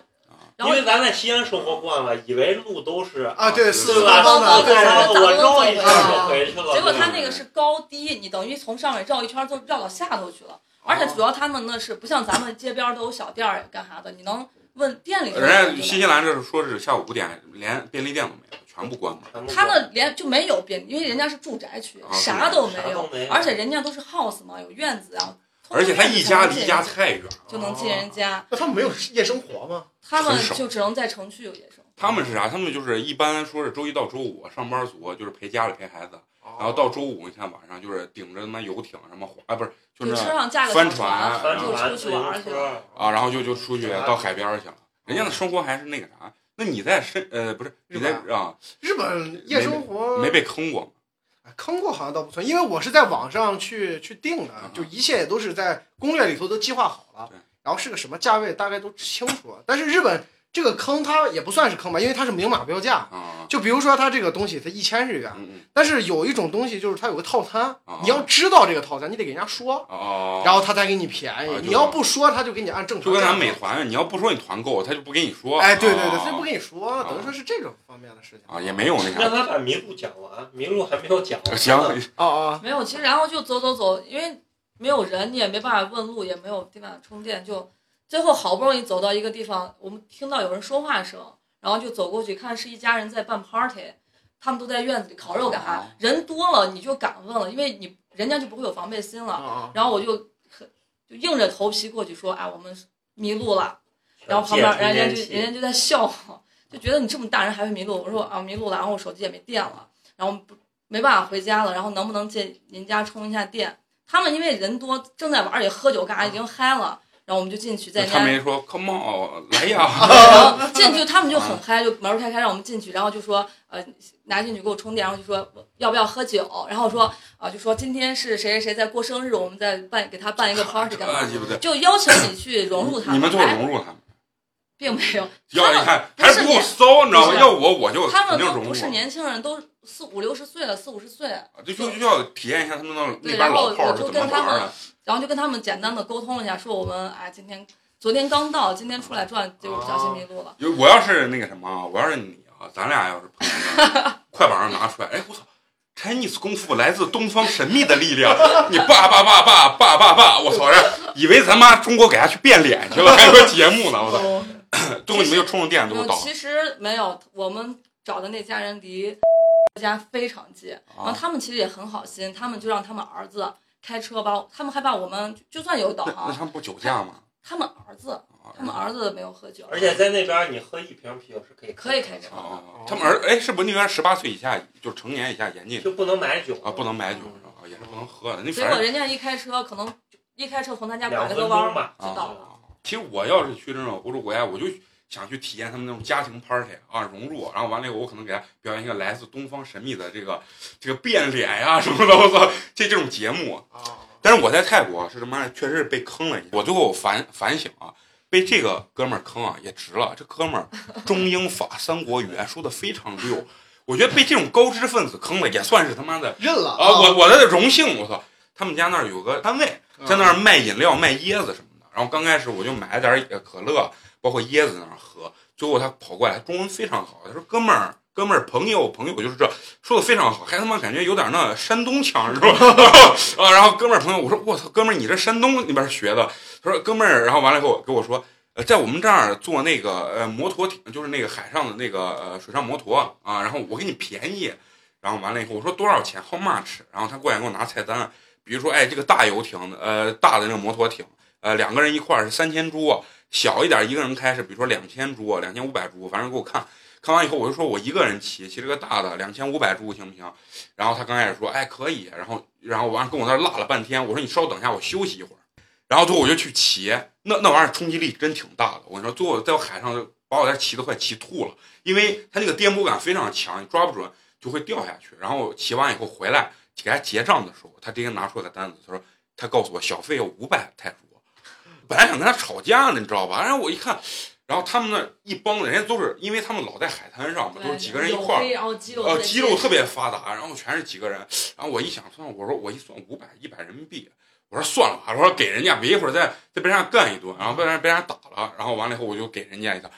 [SPEAKER 2] 因
[SPEAKER 3] 然后
[SPEAKER 2] 为咱在西安生活惯了，以为路都是
[SPEAKER 4] 啊，对，四
[SPEAKER 2] 对
[SPEAKER 4] 四
[SPEAKER 2] 吧？
[SPEAKER 4] 方方
[SPEAKER 3] 啊
[SPEAKER 4] 的，
[SPEAKER 2] 我
[SPEAKER 3] 对
[SPEAKER 4] 对，
[SPEAKER 3] 啊
[SPEAKER 2] 绕我绕一圈
[SPEAKER 4] 啊
[SPEAKER 2] 就回去了。
[SPEAKER 3] 结果他那个是高低，你等于从上面绕一圈就绕到下头去了。而
[SPEAKER 1] 哦
[SPEAKER 3] 且主要他们那是不像咱们街边儿都有小店儿干啥的，你能问店里头
[SPEAKER 1] 人家
[SPEAKER 3] 问
[SPEAKER 1] 新西兰这是说是下午五点连便利店都没有，全部关门。
[SPEAKER 2] 全部
[SPEAKER 3] 他那连就没有便，因为人家是住宅区
[SPEAKER 1] 啊，
[SPEAKER 3] 啥都没
[SPEAKER 2] 啥
[SPEAKER 3] 有
[SPEAKER 2] 都，没有
[SPEAKER 3] 而且人家都是 house 嘛，有院子啊。
[SPEAKER 1] 而且他一家离家
[SPEAKER 3] 通
[SPEAKER 1] 太远，
[SPEAKER 3] 通人家就能进人家，
[SPEAKER 4] 那他们没有夜生活吗？
[SPEAKER 3] 他们
[SPEAKER 1] 很少
[SPEAKER 3] 就只能在城区有野生。
[SPEAKER 1] 他们是啥？他们就是一般说是周一到周五啊上班族，就是陪家里陪孩子，然后到周五你看晚上就是顶着他妈游艇什么划，啊不是就
[SPEAKER 3] 就是车
[SPEAKER 1] 那
[SPEAKER 3] 上架个
[SPEAKER 1] 帆
[SPEAKER 3] 小
[SPEAKER 1] 船
[SPEAKER 2] 翻
[SPEAKER 3] 就
[SPEAKER 2] 船
[SPEAKER 3] 出去玩儿去了。。
[SPEAKER 1] 啊，然后就就出去到海边儿去了。人家的生活还是那个啥。那你在深呃不是你在
[SPEAKER 4] 日
[SPEAKER 1] 啊
[SPEAKER 4] 日本夜生
[SPEAKER 3] 呃
[SPEAKER 4] 活
[SPEAKER 1] 没被坑过吗？
[SPEAKER 4] 哎坑过好像倒不算，因为我是在网上去去定的
[SPEAKER 1] 啊，
[SPEAKER 4] 就一切也都是在攻略里头都计划好了
[SPEAKER 1] 对，
[SPEAKER 4] 然后是个什么价位大概都清楚了。但是日本这个坑它也不算是坑吧，因为它是明码标价。
[SPEAKER 1] 啊，
[SPEAKER 4] 就比如说它这个东西它一千日元，
[SPEAKER 1] 嗯嗯
[SPEAKER 4] 但是有一种东西就是它有个套餐
[SPEAKER 1] 啊，
[SPEAKER 4] 你要知道这个套餐，你得给人家说，
[SPEAKER 1] 哦，
[SPEAKER 4] 然后他才给你
[SPEAKER 1] 啊
[SPEAKER 4] 便
[SPEAKER 1] 就
[SPEAKER 4] 宜。
[SPEAKER 1] 是
[SPEAKER 4] 你要不说，他就给你按正
[SPEAKER 1] 就
[SPEAKER 4] 常价
[SPEAKER 1] 跟
[SPEAKER 4] 格。
[SPEAKER 1] 咱美团，你要不说你团购，他就不跟你说。
[SPEAKER 4] 哎，对对对，
[SPEAKER 1] 啊
[SPEAKER 4] 他就不跟你说，
[SPEAKER 1] 啊
[SPEAKER 4] 等于说是这种方面的事情
[SPEAKER 1] 啊也没有那
[SPEAKER 2] 让
[SPEAKER 1] 啥。
[SPEAKER 2] 他把麋鹿讲完，麋鹿还没有讲完。
[SPEAKER 1] 行，
[SPEAKER 4] 哦哦，
[SPEAKER 3] 没有，其实然后就走走走，因为没有人，你也没办法问路，也没有地方充电，就最后好不容易走到一个地方，我们听到有人说话声，然后就走过去看，是一家人在办 party，他们都在院子里烤肉干啥
[SPEAKER 1] 哦，
[SPEAKER 3] 人多了你就敢问了，因为你人家就不会有防备心了。
[SPEAKER 4] 啊
[SPEAKER 3] 然后我就很就硬着头皮过去说，哎，我们迷路了。然后旁
[SPEAKER 2] 借
[SPEAKER 3] 边
[SPEAKER 2] 充
[SPEAKER 3] 人家
[SPEAKER 2] 电
[SPEAKER 3] 就
[SPEAKER 2] 器
[SPEAKER 3] 人家就在笑我，就觉得你这么大人还会迷路。我说啊迷路了，然后我手机也没电了，然后不没办法回家了，然后能不能借您家充一下电？他们因为人多，正在玩儿也喝酒干啥，已经嗨了。然后我们就进去，在人
[SPEAKER 1] 嗯他
[SPEAKER 3] 家
[SPEAKER 1] 没说 come on 来
[SPEAKER 3] 啊
[SPEAKER 1] 呀，
[SPEAKER 3] 然后进去，他们就
[SPEAKER 1] 嗯
[SPEAKER 3] 很嗨，就门儿开开让我们进去，然后就说呃拿进去给我充电，然后就说要不要喝酒，然后说啊、就说今天是谁谁谁在过生日，我们再办给他办一个 party 干
[SPEAKER 1] <laughs> 啊 <laughs>
[SPEAKER 3] 嘛？
[SPEAKER 1] 对不对？
[SPEAKER 3] 就邀请你去融入他
[SPEAKER 1] 你们最后
[SPEAKER 3] 哎
[SPEAKER 1] 融入他们，
[SPEAKER 3] 并没有，
[SPEAKER 1] 要一看
[SPEAKER 3] 不
[SPEAKER 1] 还
[SPEAKER 3] 是
[SPEAKER 1] 不够
[SPEAKER 3] 年
[SPEAKER 1] 骚，你知道吗？
[SPEAKER 3] 不是
[SPEAKER 1] 要我我 <laughs> 就
[SPEAKER 3] 他
[SPEAKER 1] 肯
[SPEAKER 3] 们
[SPEAKER 1] 定
[SPEAKER 3] 都
[SPEAKER 1] 融入
[SPEAKER 3] 不是
[SPEAKER 1] 了，
[SPEAKER 3] 年轻人，都是四五六十岁了，四五十岁，
[SPEAKER 1] 就就就要体验一下他们那那
[SPEAKER 3] 对
[SPEAKER 1] 边
[SPEAKER 3] 然后
[SPEAKER 1] 老炮儿
[SPEAKER 3] 我
[SPEAKER 1] 是
[SPEAKER 3] 就
[SPEAKER 1] 怎么
[SPEAKER 3] 跟他
[SPEAKER 1] 玩
[SPEAKER 3] 们
[SPEAKER 1] 儿的。
[SPEAKER 3] 然后就跟他们简单的沟通了一下，说我们哎今天昨天刚到，今天出来转，结果不小心迷路了。
[SPEAKER 1] 就我要是那个什么啊，我要是你啊，咱俩要是碰上了，快把上拿出来，哎，我操！Chinese 功夫来自东方神秘的力量，你爸爸爸爸爸爸爸，我操！以为咱妈中国给他去变脸去了，还说节目呢，我操！
[SPEAKER 3] 哦，
[SPEAKER 1] 最后你们就充了电，最后
[SPEAKER 3] 嗯
[SPEAKER 1] 到
[SPEAKER 3] 其实没有，我们找的那家人离家非常近，然后
[SPEAKER 1] 啊，
[SPEAKER 3] 他们其实也很好心，他们就让他们儿子开车把我，他们还把我们就算有导
[SPEAKER 1] 那那 <laughs>
[SPEAKER 3] 航，
[SPEAKER 1] 他们不酒驾吗？
[SPEAKER 3] 他们儿子
[SPEAKER 1] 啊
[SPEAKER 3] 他们儿子没有喝酒，
[SPEAKER 2] 而且在那边你喝一瓶啤酒是可以
[SPEAKER 3] 可以开车。
[SPEAKER 1] 哦，他们儿哎，是不是那边十八岁以下就成年以下严禁
[SPEAKER 2] 就不能买酒
[SPEAKER 1] 啊，不能买酒是吧？啊也是不能喝的。那
[SPEAKER 3] 结
[SPEAKER 1] 反
[SPEAKER 3] 果
[SPEAKER 1] 正
[SPEAKER 3] 人家一开车，可能就一开车从他家拐
[SPEAKER 2] 两
[SPEAKER 3] 了
[SPEAKER 2] 分
[SPEAKER 3] 个弯
[SPEAKER 2] 钟
[SPEAKER 3] 儿
[SPEAKER 2] 吧
[SPEAKER 3] 就到了。
[SPEAKER 1] 啊，其实我要是去这种欧洲国家，我就想去体验他们那种家庭 party 啊，融入。然后完了以后，我可能给他表演一个来自东方神秘的这个这个变脸呀、什么的，我操，这这种节目。
[SPEAKER 4] 啊
[SPEAKER 1] 但是我在泰国啊是他妈确实是被坑了一下，我最后反反省啊，被这个哥们儿坑啊也值了。这哥们儿中英法三国语言说的非常溜，我觉得被这种高知分子坑了也算是他妈的
[SPEAKER 4] 认了
[SPEAKER 1] 啊，我我的荣幸，我操！他们家那儿有个单位，在那儿卖饮料、卖椰子什么的。然后刚开始我就买了点儿可乐，包括椰子那儿喝。最后他跑过来，中文非常好，他说：“哥们儿，哥们儿，朋友，朋友，就是这，说的非常好，还他妈感觉有点那山东腔，是吧？”啊， <laughs> 然后哥们儿朋友，我说：“我操，哥们儿，你这山东那边学的？”他说：“哥们儿。”然后完了以后给我说。呃，在我们这儿坐那个呃摩托艇，就是那个海上的那个呃水上摩托啊，然后我给你便宜，然后完了以后我说多少钱，how much，然后他过来给我拿菜单，比如说，哎，这个大游艇，呃，大的那个摩托艇，呃，两个人一块儿是三千铢啊，小一点一个人开是，比如说两千铢啊，两千五百铢，反正给我看。看完以后，我就说我一个人骑，骑这个大的，两千五百铢行不行？然后他刚开始说，哎，可以。然后，然后完了跟我那儿落了半天，我说你稍等一下，我休息一会儿。然后最后我就去骑，那那玩意儿冲击力真挺大的。我跟你说，最后在我海上就把我那骑的快骑吐了，因为它那个颠簸感非常强，你抓不准就会掉下去。然后骑完以后回来给他结账的时候，他直接拿出来个单子，他说他告诉我小费要五百泰铢。本来想跟他吵架呢，你知道吧？然后我一看，然后他们那一帮子人家都是，因为他们老在海滩上嘛，都是几个人一块儿，
[SPEAKER 3] 然后肌肉
[SPEAKER 1] 呃，肌肉特别发达，然后全是几个人，然后我一想算，我说我一算五百一百人民币，我说算了吧，我说给人家，别一会儿再再被人家干一顿，然后被人被人家打了，然后完了以后我就给人家一个，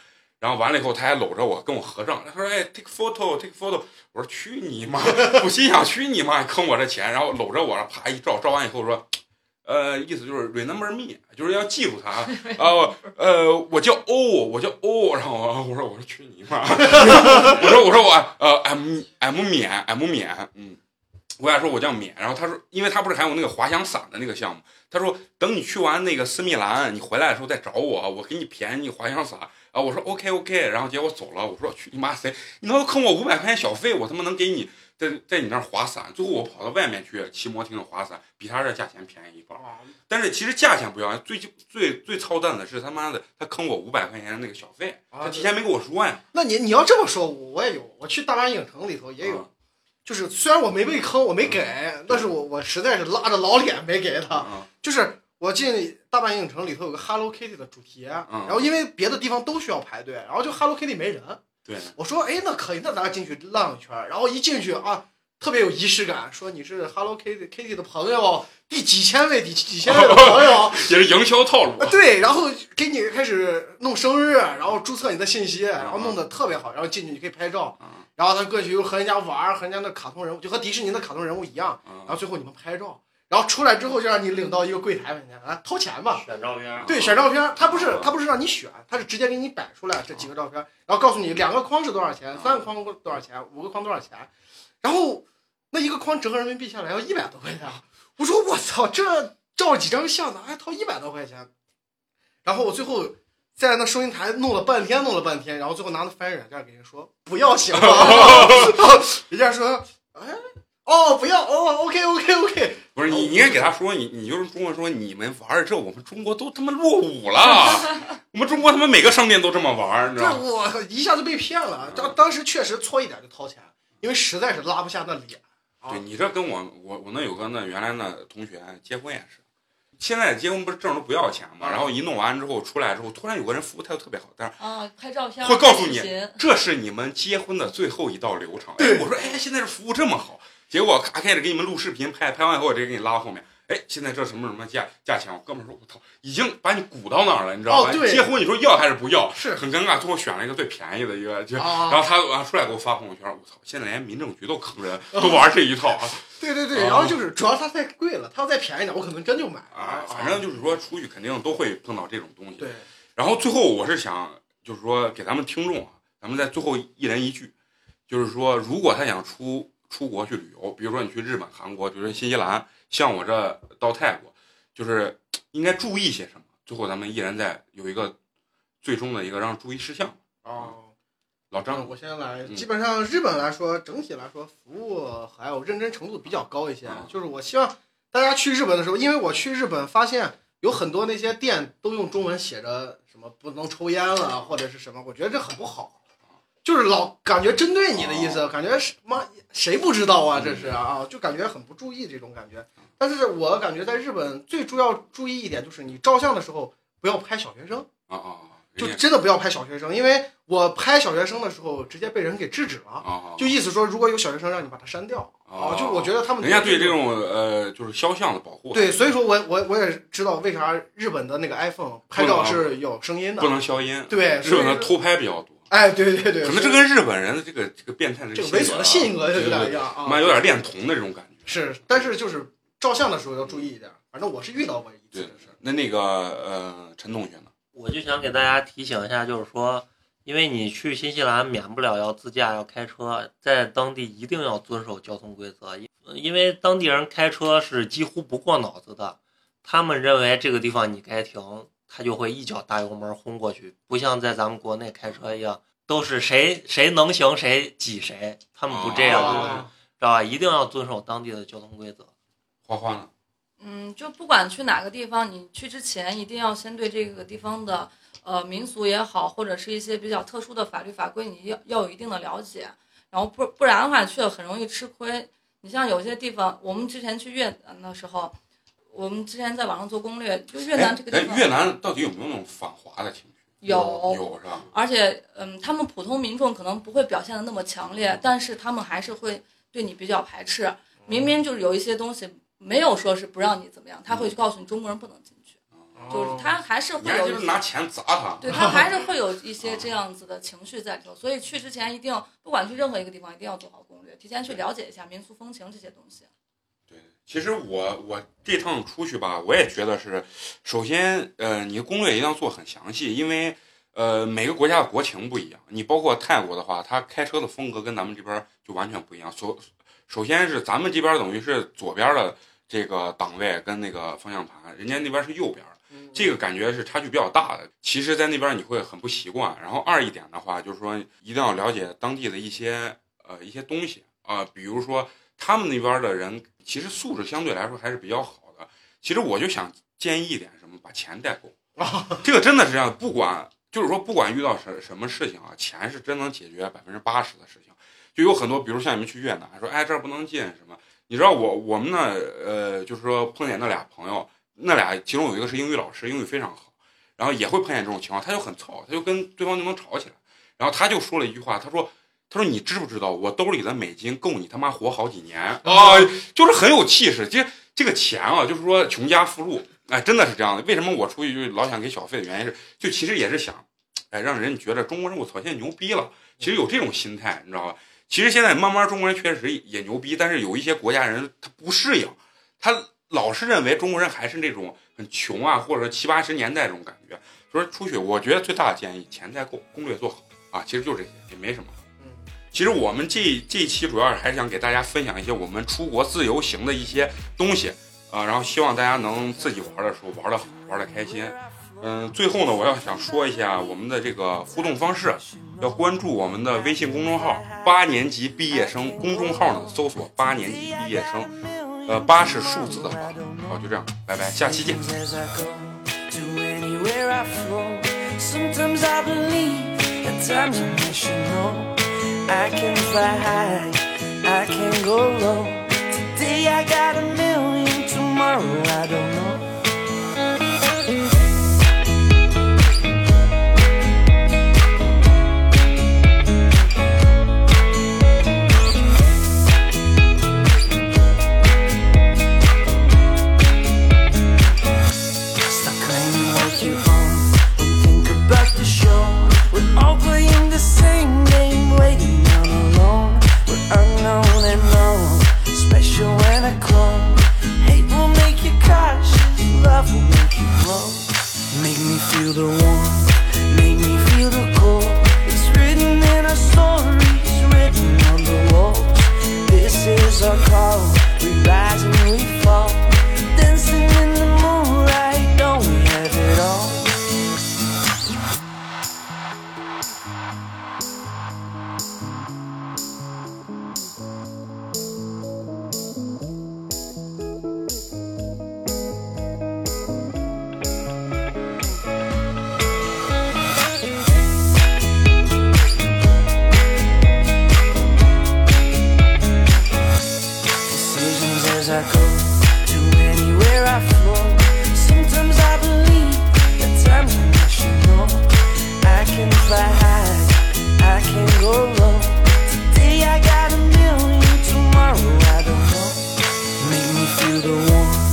[SPEAKER 1] 然后完了以后他还搂着我跟我合照，他说哎 take photo take photo，我说去你妈， <laughs> 我心想去你妈坑我这钱，然后搂着我啪一照，照完以后说。呃，意思就是 remember me，就是要记住他
[SPEAKER 3] <laughs>
[SPEAKER 1] 啊、我呃，我叫欧，我叫欧，然后我我说我说去你妈， <laughs> 我说我说我呃 M M 免 M 免，嗯，我俩说我叫免，然后他说，因为他不是还有那个滑翔伞的那个项目，他说等你去完那个斯密兰，你回来的时候再找我，我给你便宜滑翔伞啊，我说 OK OK，然后结果走了，我说去你妈谁，你能坑我五百块钱小费，我他妈能给你在在你那儿滑伞，最后我跑到外面去骑摩艇滑伞，比他这价钱便宜一半儿，但是其实价钱不要，最最最操蛋的是他妈的他坑我五百块钱的那个小费，他
[SPEAKER 4] 啊
[SPEAKER 1] 提前没跟我说呀，
[SPEAKER 4] 那你你要这么说，我也有，我去大阪影城里头也
[SPEAKER 1] 啊
[SPEAKER 4] 有，就是虽然我没被坑，我没给，但是我我实在是拉着老脸没给
[SPEAKER 1] 啊
[SPEAKER 4] 他。
[SPEAKER 1] 啊
[SPEAKER 4] 就是我进大阪影城里头有个 Hello Kitty 的主题，啊然后因为别的地方都需要排队，然后就 Hello Kitty 没人，
[SPEAKER 1] 对。
[SPEAKER 4] 我说哎那可以，那咱进去浪一圈儿，然后一进去啊。特别有仪式感，说你是 Hello Kitty Kitty 的朋友，第几千位、第几千位的朋友，
[SPEAKER 1] 也是营销套路
[SPEAKER 4] 啊，对，然后给你开始弄生日，然后注册你的信息，然后弄得特别好，然后进去你可以拍照
[SPEAKER 1] 嗯，
[SPEAKER 4] 然后他过去又和人家玩儿，和人家那卡通人物就和迪士尼的卡通人物一样，然后
[SPEAKER 1] 啊！
[SPEAKER 4] 最后你们拍照，然后出来之后就让你领到一个柜台面前，来啊掏钱吧。
[SPEAKER 2] 选照片儿，
[SPEAKER 4] 对，选照片，他不是他不是让你选，他是直接给你摆出来这几个照片，然后告诉你两个框是多少钱，三个框多少钱，五个框多少钱，然后那一个框折合人民币下来要一百多块钱，啊我说我操，这照几张相呢，还掏一百多块钱，然后我最后在那收银台弄了半天，弄了半天，然后最后拿那翻译软件给人说不要行吗？ <laughs> 人家说，哎，哦不要哦，OK OK OK，
[SPEAKER 1] 不是你，你应该给他说，你你就是中国说你们玩儿这，我们中国都他妈落伍 <laughs> 了。我们中国他妈每个商店都这么玩儿，你知
[SPEAKER 4] 这
[SPEAKER 1] 道吗？嗯
[SPEAKER 4] 我一下就被骗了。当当时确实搓一点就掏钱，因为实在是拉不下那脸。啊
[SPEAKER 1] 对你这跟我我我那有个那原来那同学结婚也是，现在结婚不是证都不要钱嘛，然后一弄完之后出来之后，突然有个人服务态度特别好，但是。
[SPEAKER 3] 啊，拍照片
[SPEAKER 1] 会告诉你
[SPEAKER 3] 视频
[SPEAKER 1] 这是你们结婚的最后一道流程。哎，我说，哎，现在这服务这么好，结果咔开始给你们录视频拍，拍完以后我直接给你拉到后面。哎，现在这什么什么价价钱？我哥们儿说，我操，已经把你鼓到那儿了，你知道吧？
[SPEAKER 4] 哦对
[SPEAKER 1] 结婚你说要还是不要，
[SPEAKER 4] 是
[SPEAKER 1] 很尴尬。最后选了一个最便宜的一个，就然
[SPEAKER 4] 啊，
[SPEAKER 1] 后他啊出来给我发朋友圈，我操，现在连民政局都坑
[SPEAKER 4] <laughs>
[SPEAKER 1] 人，都玩这一套啊！
[SPEAKER 4] 对对对，
[SPEAKER 1] 啊
[SPEAKER 4] 然后就是主要它太贵了，它要再便宜点，我可能真就买了。
[SPEAKER 1] 啊，反正就是说出去肯定都会碰到这种东西。
[SPEAKER 4] 对，
[SPEAKER 1] 然后最后我是想，就是说给咱们听众啊，咱们在最后一人一句，就是说，如果他想出出国去旅游，比如说你去日本、韩国，比如说新西兰，像我这到泰国，就是应该注意些什么？最后咱们一人再有一个最终的一个让注意事项。
[SPEAKER 4] 哦，
[SPEAKER 1] 老
[SPEAKER 4] 那
[SPEAKER 1] 张，
[SPEAKER 4] 我先来，
[SPEAKER 1] 嗯
[SPEAKER 4] 基本上日本来说，整体来说服务还有认真程度比较高一些
[SPEAKER 1] 啊。
[SPEAKER 4] 就是我希望大家去日本的时候，因为我去日本发现有很多那些店都用中文写着什么不能抽烟了或者是什么，我觉得这很不好，就是老感觉针对你的意思，感觉是妈谁不知道啊，这是啊，就感觉很不注意这种感觉。但是我感觉在日本最主要注意一点就是你照相的时候不要拍小学生。
[SPEAKER 1] 啊啊啊，
[SPEAKER 4] 就
[SPEAKER 1] 人家
[SPEAKER 4] 真的不要拍小学生，因为我拍小学生的时候直接被人给制止了，
[SPEAKER 1] 啊，
[SPEAKER 4] 就意思说如果有小学生让你把他删掉
[SPEAKER 1] 啊，
[SPEAKER 4] 就我觉得他们
[SPEAKER 1] 人家对这种呃就是肖像的保护，
[SPEAKER 4] 对，所以说我我我也知道为啥日本的那个 iPhone 拍照是有声音的
[SPEAKER 1] 啊不，能消音。
[SPEAKER 4] 对，
[SPEAKER 1] 日
[SPEAKER 4] 所以
[SPEAKER 1] 本的偷拍比较多，
[SPEAKER 4] 哎，对对对，
[SPEAKER 1] 可能这跟日本人的这个这个变态的
[SPEAKER 4] 这个
[SPEAKER 1] 格
[SPEAKER 4] 猥琐的性格就
[SPEAKER 1] 对对
[SPEAKER 4] 有点一
[SPEAKER 1] 对
[SPEAKER 4] 样
[SPEAKER 1] 他
[SPEAKER 3] 哦
[SPEAKER 4] 啊，
[SPEAKER 1] 妈有点恋童的这种感觉。
[SPEAKER 4] 是，但是就是照相的时候要注意一点，反正我是遇到过一次
[SPEAKER 1] 对
[SPEAKER 4] 这事儿，
[SPEAKER 1] 那那个呃，陈同学呢？
[SPEAKER 2] 我就想给大家提醒一下，就是说，因为你去新西兰免不了要自驾要开车，在当地一定要遵守交通规则，因因为当地人开车是几乎不过脑子的，他们认为这个地方你该停，他就会一脚大油门轰过去，不像在咱们国内开车一样，都是谁谁能行谁挤谁，他们不这样，
[SPEAKER 4] 啊
[SPEAKER 1] 哦
[SPEAKER 2] 知道吧？一定要遵守当地的交通规则。
[SPEAKER 1] 花花呢？
[SPEAKER 3] 嗯，就不管去哪个地方，你去之前一定要先对这个地方的呃民俗也好，或者是一些比较特殊的法律法规，你要要有一定的了解，然后不不然的话，去了很容易吃亏。你像有些地方，我们之前去越南的时候，我们之前在网上做攻略，就越南这个
[SPEAKER 1] 哎
[SPEAKER 3] 地方
[SPEAKER 1] 越南到底有没有那种反华的情绪？有是吧？
[SPEAKER 3] 而且，嗯，他们普通民众可能不会表现的那么强烈，但是他们还是会对你比较排斥。明明就是有一些东西没有说是不让你怎么样，他
[SPEAKER 1] 嗯
[SPEAKER 3] 会告诉你中国人不能进去，就是他还是
[SPEAKER 1] 你
[SPEAKER 3] 会
[SPEAKER 1] 还
[SPEAKER 3] 有
[SPEAKER 1] 哦就是
[SPEAKER 3] 一
[SPEAKER 1] 拿哦
[SPEAKER 3] 些，
[SPEAKER 1] 钱砸他， <laughs>
[SPEAKER 3] 对他还是会有一些这样子的情绪在里头。所以去之前一定要，不管去任何一个地方，一定要做好攻略，提前去了解一下民俗风情这些东西。
[SPEAKER 1] 对，其实我我这趟出去吧，我也觉得是，首先呃，你攻略一定要做很详细，因为呃每个国家的国情不一样。你包括泰国的话，它开车的风格跟咱们这边儿就完全不一样。首首先是咱们这边儿等于是左边儿的这个档位跟那个方向盘，人家那边儿是右边儿的。
[SPEAKER 4] 嗯
[SPEAKER 1] 这个感觉是差距比较大的。其实，在那边你会很不习惯。然后二一点的话，就是说一定要了解当地的一些呃一些东西啊、比如说他们那边的人其实素质相对来说还是比较好的。其实我就想建议一点什么，把钱带够。这个真的是这样的，不管就是说不管遇到什什么事情啊，钱是真能解决百分之八十的事情。就有很多，比如像你们去越南，说哎这儿不能进什么，你知道我我们呢，呃，就是说碰见那俩朋友，那俩其中有一个是英语老师，英语非常好，然后也会碰见这种情况，他就很燥，他就跟对方就能吵起来。然后他就说了一句话，他说：“他说你知不知道，我兜里的美金够你他妈活好几年啊、
[SPEAKER 4] 哦
[SPEAKER 1] 就是很有气势。这这个钱啊，就是说穷家富路，哎，真的是这样的。为什么我出去就老想给小费的原因是，就其实也是想，哎，让人觉得中国人我操现在牛逼了。其实有这种心态，你知道吧？其实现在慢慢中国人确实也牛逼，但是有一些国家人他不适应，他老是认为中国人还是那种很穷啊，或者说七八十年代这种感觉。所以说出去，我觉得最大的建议，钱再够，攻略做好啊，其实就这些，也没什么。
[SPEAKER 4] 嗯
[SPEAKER 1] 其实我们这这一期主要是还是想给大家分享一些我们出国自由行的一些东西啊、然后希望大家能自己玩的时候玩的好，玩的开心。嗯，最后呢，我要想说一下我们的这个互动方式，要关注我们的微信公众号“八年级毕业生”，公众号呢搜索“八年级毕业生”，呃，八是数字的八。好，就这样，拜拜，下期见。
[SPEAKER 6] as I go to anywhere I flow. Sometimes I believe, at times I wish you know. I can fly high, I can go low. Today I got a million, tomorrow I don't know. Stop claiming what you own. Think about the show. We're all playing the same game, waiting on alone. We're unknown and known, special and a clone. Hate will make you cautious, love will make you grow. Make me feel the warmth, make me feel the cold. It's written in our stories, written on the walls. This is our call. We rise and we fall, dancing in the moonlight. Don't we have it all? decisions as I go to anywhere I flow. Sometimes I believe, at times I wish you know. I can fly high, I can go low. Today I got a million, tomorrow I don't know. Make me feel the warmth,